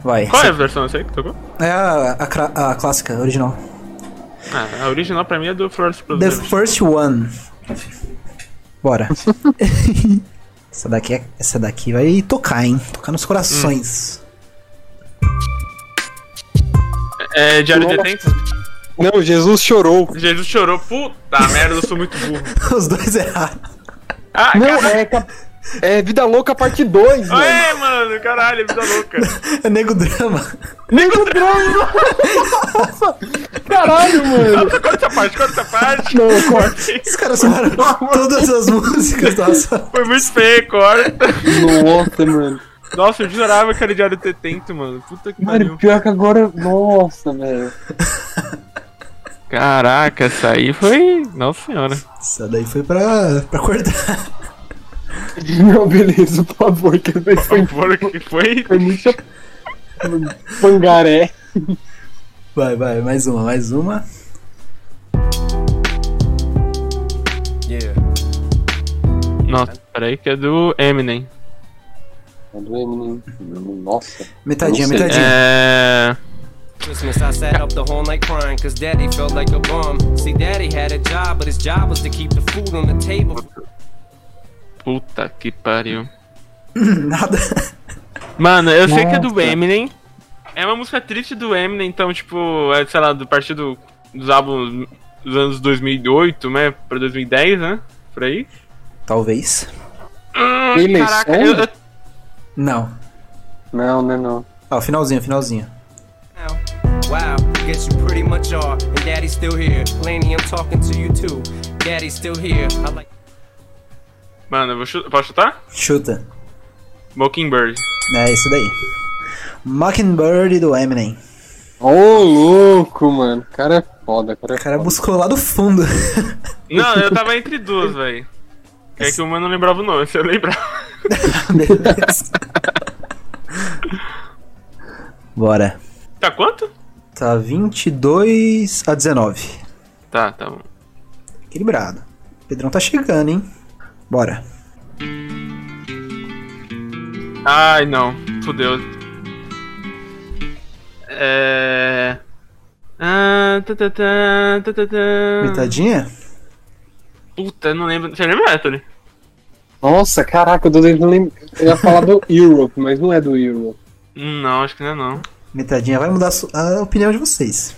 Speaker 3: Vai.
Speaker 5: Qual é a versão essa aí que tocou?
Speaker 3: É a, a cra- a clássica, a original.
Speaker 5: Ah, a original pra mim é do Florence
Speaker 3: The
Speaker 5: Brothers.
Speaker 3: First One. Bora. essa, daqui é- essa daqui vai tocar, hein? Tocar nos corações.
Speaker 5: É Diário de
Speaker 4: Nossa.
Speaker 5: Detento?
Speaker 4: Não, Jesus chorou.
Speaker 5: Jesus chorou. Puta merda, eu sou muito burro.
Speaker 3: Os dois erraram.
Speaker 5: Ah,
Speaker 4: Não,
Speaker 5: caralho.
Speaker 4: é, cap- é Vida Louca Parte 2, mano.
Speaker 5: É, mano, caralho, vida louca.
Speaker 3: É nego drama.
Speaker 4: Nego Drama! Caralho, mano!
Speaker 5: corta essa parte, corta essa parte.
Speaker 4: Não, corta.
Speaker 3: Os caras falaram todas as músicas da sua.
Speaker 5: Foi muito feio, corta.
Speaker 4: Nossa, mano.
Speaker 5: Nossa, eu jurava que era Diário de Detento, mano. Puta que
Speaker 4: Mano,
Speaker 5: pariu.
Speaker 4: pior que agora. Nossa, velho.
Speaker 5: Caraca, essa aí foi. Nossa senhora.
Speaker 3: Essa daí foi pra, pra acordar.
Speaker 4: Não, beleza, por favor, que um daí foi,
Speaker 5: Por que foi?
Speaker 4: foi muito. Pangaré.
Speaker 3: Vai, vai, mais uma, mais uma.
Speaker 5: Nossa, peraí, que é do Eminem.
Speaker 4: Nossa.
Speaker 3: Metadinha,
Speaker 4: Não sei.
Speaker 3: metadinha.
Speaker 5: É.
Speaker 7: Christmas, I sat up the whole night crying, cause daddy felt like a bum. See, daddy had a job, but his job was to keep the food on the table.
Speaker 5: Puta que pariu.
Speaker 3: Nada.
Speaker 5: Mano, eu sei que é do
Speaker 4: Nossa.
Speaker 5: Eminem. É uma música triste do Eminem, então, tipo, é, sei lá, do partido dos álbuns dos anos 2008, né? Pra 2010, né? Por aí.
Speaker 3: Talvez.
Speaker 5: Hum,
Speaker 4: Eleição?
Speaker 5: Caraca, eu, eu-
Speaker 3: Não.
Speaker 4: Não, não, não.
Speaker 3: Ó, finalzinho, finalzinho.
Speaker 7: now. Wow, guess you pretty much are. And daddy's still here. Laney, I'm talking to you too. Daddy's still here. I like.
Speaker 5: Mano, eu vou chutar. Posso chutar?
Speaker 3: Chuta.
Speaker 5: Mockingbird.
Speaker 3: É isso daí. Mockingbird do Eminem.
Speaker 4: Ô, louco, mano. O cara é foda, o cara é
Speaker 3: O cara
Speaker 4: foda.
Speaker 3: buscou lá do fundo.
Speaker 5: Não, eu tava entre duas, velho. É que uma eu não lembrava o nome, se eu lembrava.
Speaker 3: Beleza. Bora.
Speaker 5: Tá quanto?
Speaker 3: Tá 22 a 19.
Speaker 5: Tá, tá bom.
Speaker 3: Equilibrado. Pedrão tá chegando, hein? Bora.
Speaker 5: Ai, não. Fudeu. É. Ah, tá, tá, tá, tá, tá, tá.
Speaker 3: Metadinha?
Speaker 5: Puta, eu não lembro. Você lembra, Anthony?
Speaker 4: Nossa, caraca, eu tô tentando lembrar. Eu ia falar do Europe, mas não é do Europe.
Speaker 5: Não, acho que não é não.
Speaker 3: Metadinha vai mudar a su- a opinião de vocês.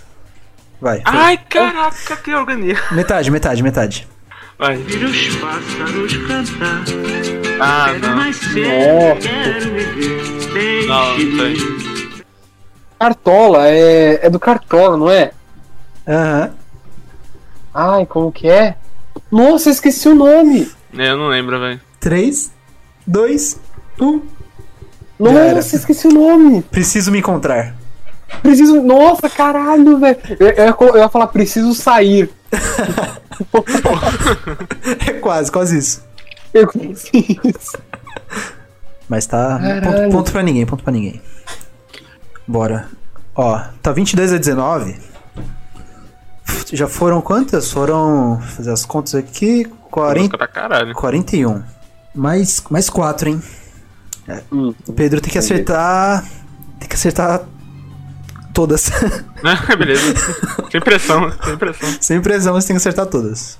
Speaker 3: Vai. foi.
Speaker 5: Ai, caraca, que organia.
Speaker 3: Metade, metade, metade.
Speaker 5: Vai.
Speaker 8: Ouvir os pássaros cantar.
Speaker 5: Ah,
Speaker 8: Quero
Speaker 5: não.
Speaker 8: nascer,
Speaker 4: Nossa.
Speaker 8: quero viver. Tem
Speaker 5: Não,
Speaker 8: que
Speaker 5: não tem.
Speaker 4: Cartola, é, é do Cartola, não é?
Speaker 3: Aham.
Speaker 4: Ai, como que é? Nossa, eu esqueci o nome.
Speaker 5: É, Eu não lembro, velho.
Speaker 3: 3, 2, 1. Já era.
Speaker 4: Nossa, esqueci o nome.
Speaker 3: um. Preciso me encontrar.
Speaker 4: Preciso. Nossa, caralho, velho. Eu, eu ia colo- eu ia falar, preciso sair.
Speaker 3: É quase, quase isso.
Speaker 4: Eu consegui isso.
Speaker 3: Mas tá. Ponto,
Speaker 4: Caralho.
Speaker 3: ponto pra ninguém, ponto pra ninguém. Bora. Ó, tá 22 a 19. Já foram quantas? Foram. Vou fazer as contas aqui. 40,
Speaker 5: Música pra caralho.
Speaker 3: 41. Mais, mais 4, hein? É.
Speaker 4: Hum,
Speaker 3: O Pedro tem que acertar. Tem que acertar. Todas.
Speaker 5: Ah, Beleza. Sem pressão, sem pressão.
Speaker 3: Sem pressão, você tem que acertar todas.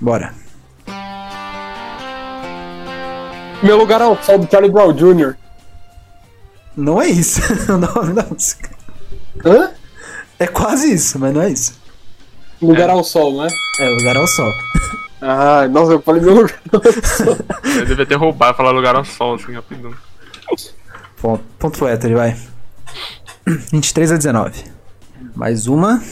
Speaker 3: Bora.
Speaker 4: Meu lugar é o sol do Charlie Brown Jr.
Speaker 3: Não é isso o nome da música.
Speaker 4: Hã?
Speaker 3: É quase isso, mas não é isso.
Speaker 4: Lugar ao sol, né?
Speaker 3: É, lugar ao sol.
Speaker 4: Ah, nossa, eu falei meu lugar ao sol.
Speaker 5: Eu devia ter roubado, falar lugar ao sol, assim, rapidão.
Speaker 3: Ponto, ponto pro hétero, vai. 23 a 19. Mais uma.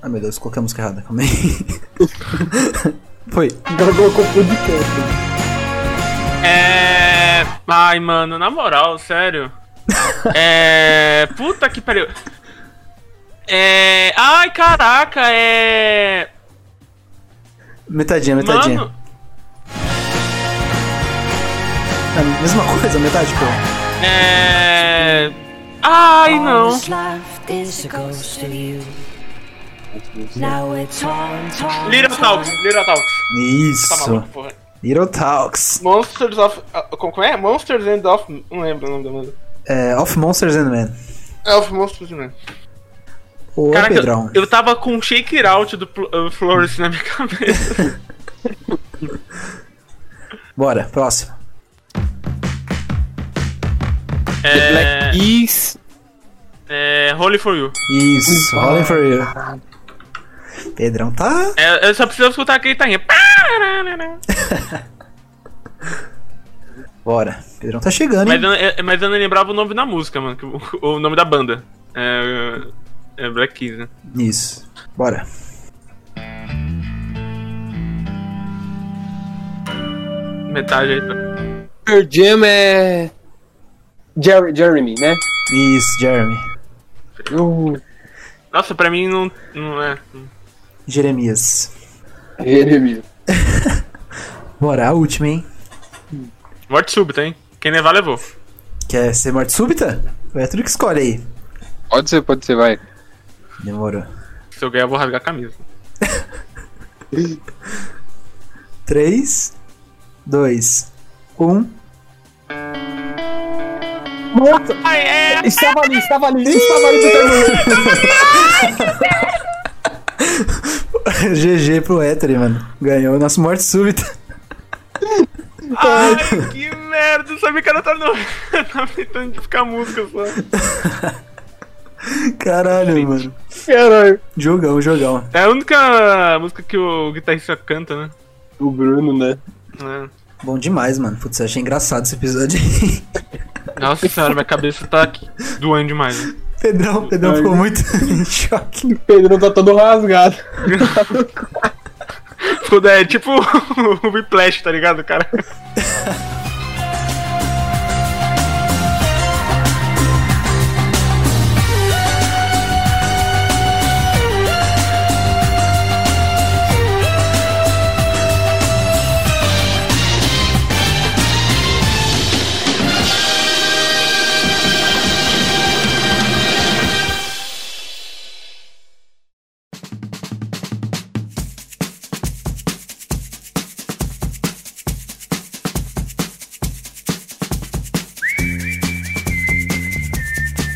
Speaker 3: Ai meu Deus, coloquei a música errada, calma aí. Foi.
Speaker 4: Gravou com o podcast.
Speaker 5: É. Ai, mano, na moral, sério. É. Puta que pariu. É. Ai, caraca, é.
Speaker 3: Metadinha, metadinha.
Speaker 5: Mano.
Speaker 3: É a mesma coisa, metade, pô.
Speaker 5: É. Ai, não. Little Talks, Little Talks. Tá
Speaker 3: Isso.
Speaker 5: maluco, porra.
Speaker 3: Little Talks.
Speaker 5: Monsters of. ah, Como é? Monsters and of. Não lembro o nome da música.
Speaker 3: É, Off Monsters and Men.
Speaker 5: Elf Monsters and
Speaker 3: Ô,
Speaker 5: Caraca,
Speaker 3: Pedrão.
Speaker 5: eu, eu tava com um Shake It Out do Pl- uh, Florence na minha cabeça.
Speaker 3: Bora, próximo.
Speaker 5: é.
Speaker 4: Black Keys.
Speaker 5: É. Holy for You.
Speaker 3: Isso,
Speaker 5: Uhum.
Speaker 3: Rolling for You. Pedrão tá.
Speaker 5: É, eu só preciso escutar a guitarrinha.
Speaker 3: Bora. Pedrão tá chegando,
Speaker 5: Mas
Speaker 3: hein?
Speaker 5: eu, é- mas eu não lembrava o nome da música, mano. que o- O nome da banda. É. é Black Keys, né?
Speaker 3: Isso. Bora.
Speaker 5: Metade aí. tá.
Speaker 4: Pearl Jam é. Jer- Jeremy, né?
Speaker 3: Isso, Jeremy.
Speaker 4: Eu-
Speaker 5: Nossa, pra mim não, não é.
Speaker 3: Jeremias.
Speaker 4: Jeremy.
Speaker 3: Bora, a última, hein?
Speaker 5: Morte súbita, hein? Quem levar, levou.
Speaker 3: Quer ser morte súbita? É tudo que escolhe aí.
Speaker 4: Pode ser, pode ser, vai.
Speaker 3: Demorou.
Speaker 5: Se eu ganhar, eu vou rasgar a camisa.
Speaker 3: 3, 2, 1.
Speaker 4: Nossa! Estava ali, estava ali, estava ali do termo.
Speaker 3: GG pro Éter, mano. Ganhou o nosso morte súbita.
Speaker 5: Ai, que merda! Eu sabia que ela tava no. tava tentando de ficar música só.
Speaker 3: Caralho, mano.
Speaker 4: Caralho.
Speaker 3: Jogão, jogão.
Speaker 5: É a única música que o guitarrista canta, né?
Speaker 4: O Bruno, né?
Speaker 5: É.
Speaker 3: Bom demais, mano. Putz, eu achei engraçado esse episódio aí.
Speaker 5: Nossa senhora, minha cabeça tá aqui doendo demais. né?
Speaker 3: Pedrão, Pedrão ficou muito em choque.
Speaker 10: O Pedrão tá todo rasgado.
Speaker 5: Ficou, é tipo o Whiplash, tá ligado, cara?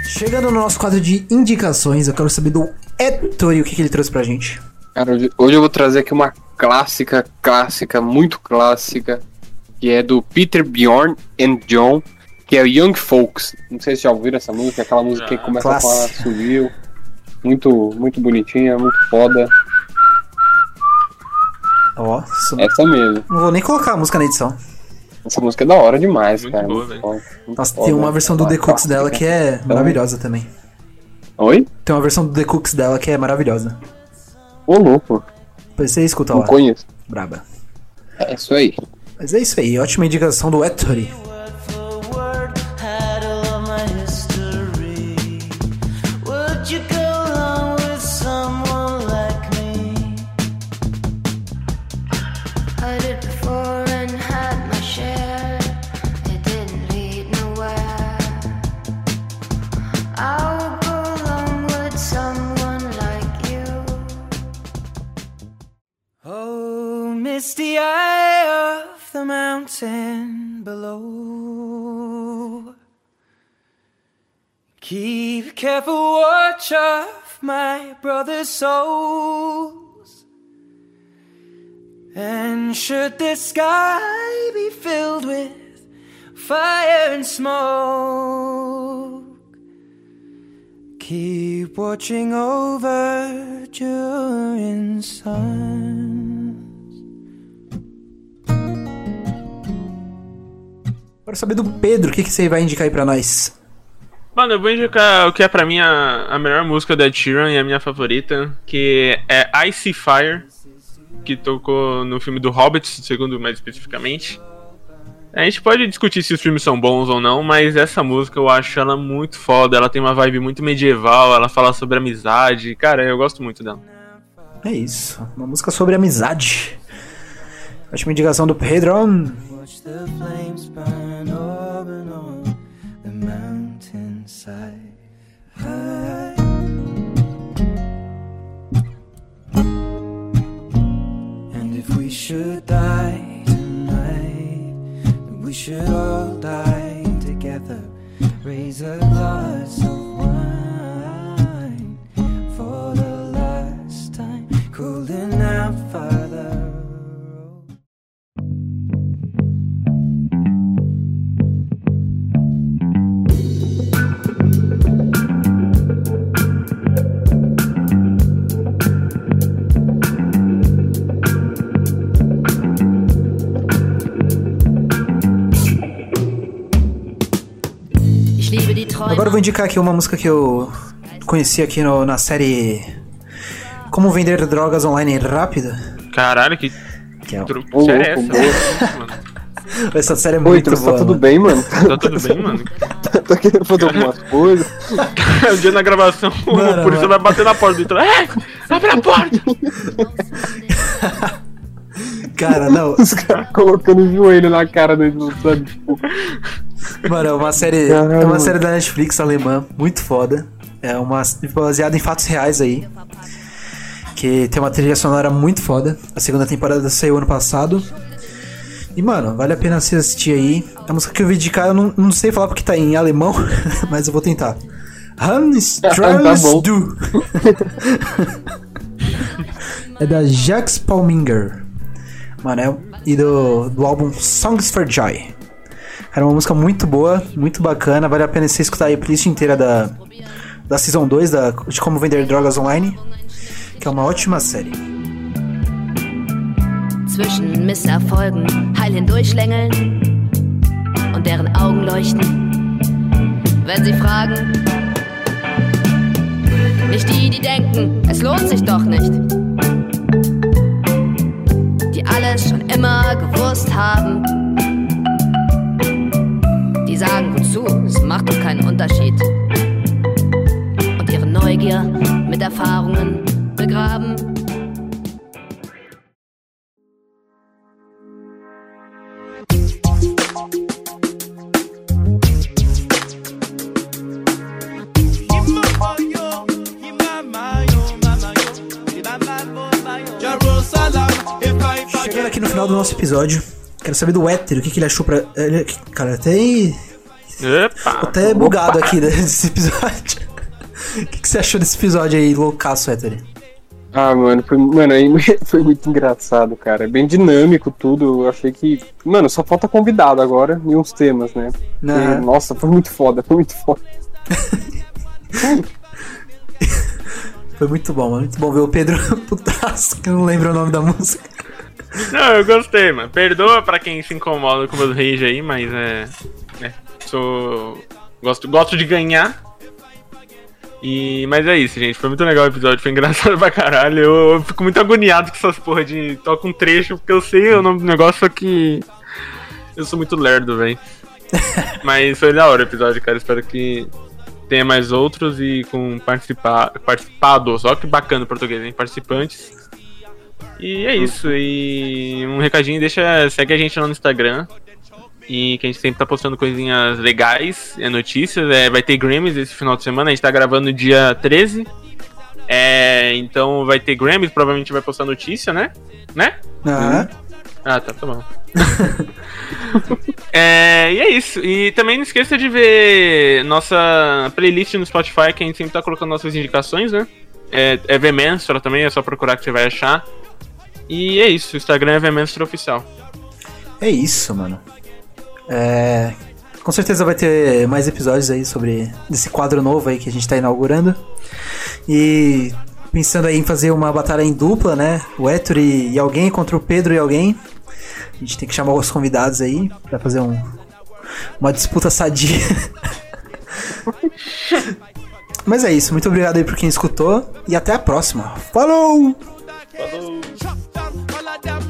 Speaker 3: Chegando no nosso quadro de indicações, eu quero saber do Ettore o que, que ele trouxe pra gente.
Speaker 4: Cara, hoje, hoje eu vou trazer aqui uma clássica, clássica, muito clássica, que é do Peter Bjorn and John, que é o Young Folks. Não sei se já ouviram essa música, aquela música
Speaker 5: Ah,
Speaker 4: que começa a falar
Speaker 3: Clássica.
Speaker 4: subiu. Muito, muito bonitinha, muito foda.
Speaker 3: Ó, isso-
Speaker 4: Essa mesmo.
Speaker 3: não vou nem colocar a música na edição.
Speaker 4: Essa música é da hora demais,
Speaker 5: Muito
Speaker 4: cara.
Speaker 5: boa,
Speaker 4: muito
Speaker 5: velho.
Speaker 4: foda, muito
Speaker 3: Nossa,
Speaker 4: foda,
Speaker 3: tem uma versão do
Speaker 4: uma
Speaker 3: The Cooks
Speaker 4: clássica.
Speaker 3: dela que é maravilhosa também.
Speaker 4: Oi?
Speaker 3: Tem uma versão do The Cooks dela que é maravilhosa.
Speaker 4: Ô louco,
Speaker 3: Depois você escuta
Speaker 4: não
Speaker 3: lá.
Speaker 4: conheço.
Speaker 3: Braba.
Speaker 4: É isso aí.
Speaker 3: Mas é isso aí, ótima indicação do Ettore.
Speaker 2: Word for word, had all of my history. Would you go along with someone like me?
Speaker 11: I did before and had my share. It didn't lead nowhere. I would go along with someone like you.
Speaker 2: Oh, misty eye of the mountain below. Keep careful watch of my brother's souls. And should the sky be filled with fire and smoke, keep watching over during sun.
Speaker 3: Quero saber do Pedro, o que, que você vai indicar aí pra nós?
Speaker 5: Mano, eu vou indicar o que é pra mim a, a melhor música da Tyrion e a minha favorita, que é Icy Fire, que tocou no filme do Hobbit, segundo mais especificamente. A gente pode discutir se os filmes são bons ou não, mas essa música eu acho ela muito foda, ela tem uma vibe muito medieval, ela fala sobre amizade, cara, eu gosto muito dela.
Speaker 3: É isso, uma música sobre amizade. Ótima indicação do Pedro.
Speaker 2: Watch the flames burn up and on the mountainside. High. And if we should die tonight, we should all die together. Raise a glass of wine for the last time, calling out, Father.
Speaker 11: Ich liebe die Träume.
Speaker 3: Agora eu vou indicar aqui uma música que eu conheci aqui no- na série Como Vender Drogas Online Rápido.
Speaker 5: Caralho, que
Speaker 3: Que é-
Speaker 5: tru...
Speaker 4: Ô,
Speaker 5: série é
Speaker 4: louco,
Speaker 5: essa? mano?
Speaker 3: essa série é
Speaker 4: Oi,
Speaker 3: muito
Speaker 4: Trus,
Speaker 3: boa.
Speaker 4: tá tudo
Speaker 3: mano.
Speaker 4: bem, mano?
Speaker 5: Tá tudo bem, mano?
Speaker 3: é
Speaker 4: tá querendo fazer algumas coisas?
Speaker 5: Um dia na gravação,
Speaker 3: Mano,
Speaker 5: o polícia
Speaker 3: mano.
Speaker 5: vai bater na porta do Ítalo. "É, Abre a porta!
Speaker 3: Cara, não.
Speaker 4: Os caras colocando o joelho na cara dele, não sabe? Tipo,
Speaker 3: Mano, é uma série.
Speaker 4: Caralho,
Speaker 3: É uma
Speaker 4: mano.
Speaker 3: série da Netflix alemã, muito foda. É uma baseada em fatos reais aí. Que tem uma trilha sonora muito foda. A segunda temporada saiu ano passado. E mano, vale a pena se assistir aí. A música que eu vi de cá, eu não, não sei falar porque tá em alemão, mas eu vou tentar. Hans Strauss
Speaker 4: bom.
Speaker 3: Du. é da Jax Palminger. Mano, é, e do, do álbum Songs for Joy. Era uma música muito boa, muito bacana. Vale a pena você escutar aí a playlist inteira da, da Season 2 da, de Como Vender Drogas Online, que é uma ótima série.
Speaker 11: zwischen Misserfolgen, heil hindurchlängeln und deren Augen leuchten.
Speaker 10: wenn sie fragen. Nicht die, die denken, es lohnt sich doch nicht. Die alles schon immer gewusst haben. Die sagen, wozu, es macht doch keinen Unterschied. Und ihre Neugier mit Erfahrungen begraben.
Speaker 3: Chegando aqui no final do nosso episódio, quero saber do Éter, o que, que ele achou pra. ele- Cara, até.
Speaker 5: Epa!
Speaker 3: até bugado aqui né, desse episódio. O que, que você achou desse episódio aí, loucaço, Éter?
Speaker 4: Ah, mano, foi, mano, aí foi muito engraçado, cara. É bem dinâmico tudo. Eu achei que. Mano, só falta convidado agora e uns temas, né? Porque,
Speaker 3: Aham.
Speaker 4: nossa, foi muito foda, foi muito foda.
Speaker 3: Foi muito bom, mano. Muito bom ver o Pedro putaço, que eu não lembro o nome da música.
Speaker 5: Não, eu gostei, mano. Perdoa pra quem se incomoda com meus rage aí, mas é. é, sou. Gosto, gosto de ganhar. E, mas é isso, gente. Foi muito legal o episódio, foi engraçado pra caralho. Eu, eu fico muito agoniado com essas porra de. Toca um trecho, porque eu sei o nome do negócio, só que. Eu sou muito lerdo, velho. mas foi da hora o episódio, cara. Espero que tenha mais outros e com participa participados. Olha que bacana o português, hein? Participantes. E é isso. E um recadinho, deixa. Segue a gente lá no Instagram. E que a gente sempre tá postando coisinhas legais, é, notícias. É, vai ter Grammys esse final de semana, a gente tá gravando no dia 13. É, então vai ter Grammys, provavelmente vai postar notícia, né? Né?
Speaker 3: Ah,
Speaker 5: Ah, tá, tá bom. É, e é isso. E também não esqueça de ver nossa playlist no Spotify, que a gente sempre tá colocando nossas indicações, né? É, é Vemenstra também, é só procurar que você vai achar. E é isso, o Instagram é Vemenstra Oficial.
Speaker 3: é isso, mano. É, Com certeza vai ter mais episódios aí sobre desse quadro novo aí que a gente tá inaugurando. E pensando aí em fazer uma batalha em dupla, né? O Héctor e, e alguém contra o Pedro e alguém. A gente tem que chamar os convidados aí pra fazer um, uma disputa sadia. Mas é isso, muito obrigado aí por quem escutou e até a próxima. Falou!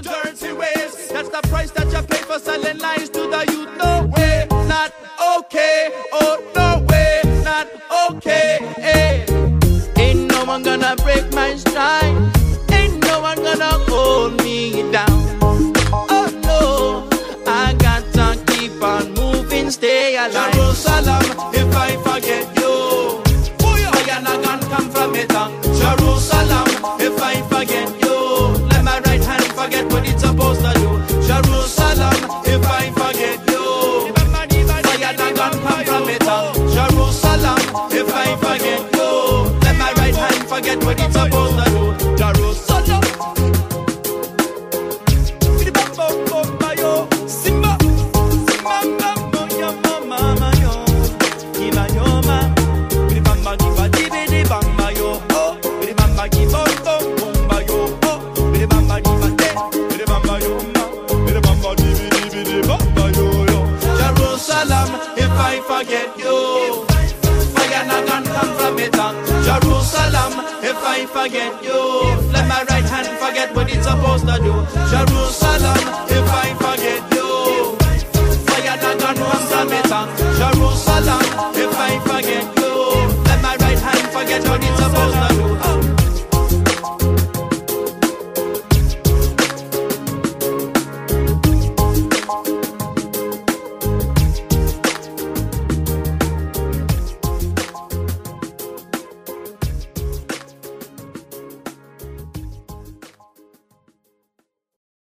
Speaker 2: dirty ways. That's the price that you pay for selling lies to the youth. No way, not okay. Oh, no way, not okay. eh. Ain't no one gonna break my stride. Ain't no one gonna hold me down. Oh, no, I gotta keep on moving, stay alive. Jerusalem, if I forget you. I am not gonna come from it down. Jerusalem, if I forget you. Let my right hand forget what it's supposed to do. Jerusalem, if I forget you. I am not gonna come from it down. Jerusalem, if I forget you. Let my right hand forget what it's supposed to do. Jerusalem. Simba, Simba, mama, yo, mama, yo, Iba, yo, ma. Bamba giba dibi di bamba yo oh, bidi bamba giba bom bamba yo oh, bidi bamba giba de, bidi bamba yo ma, bidi bamba dibi dibi di bamba yo yo. Jerusalem, if I forget you, fire not gonna come from it. uh. Jerusalem, if I forget you, let my right hand forget what it's supposed to do. Jerusalem,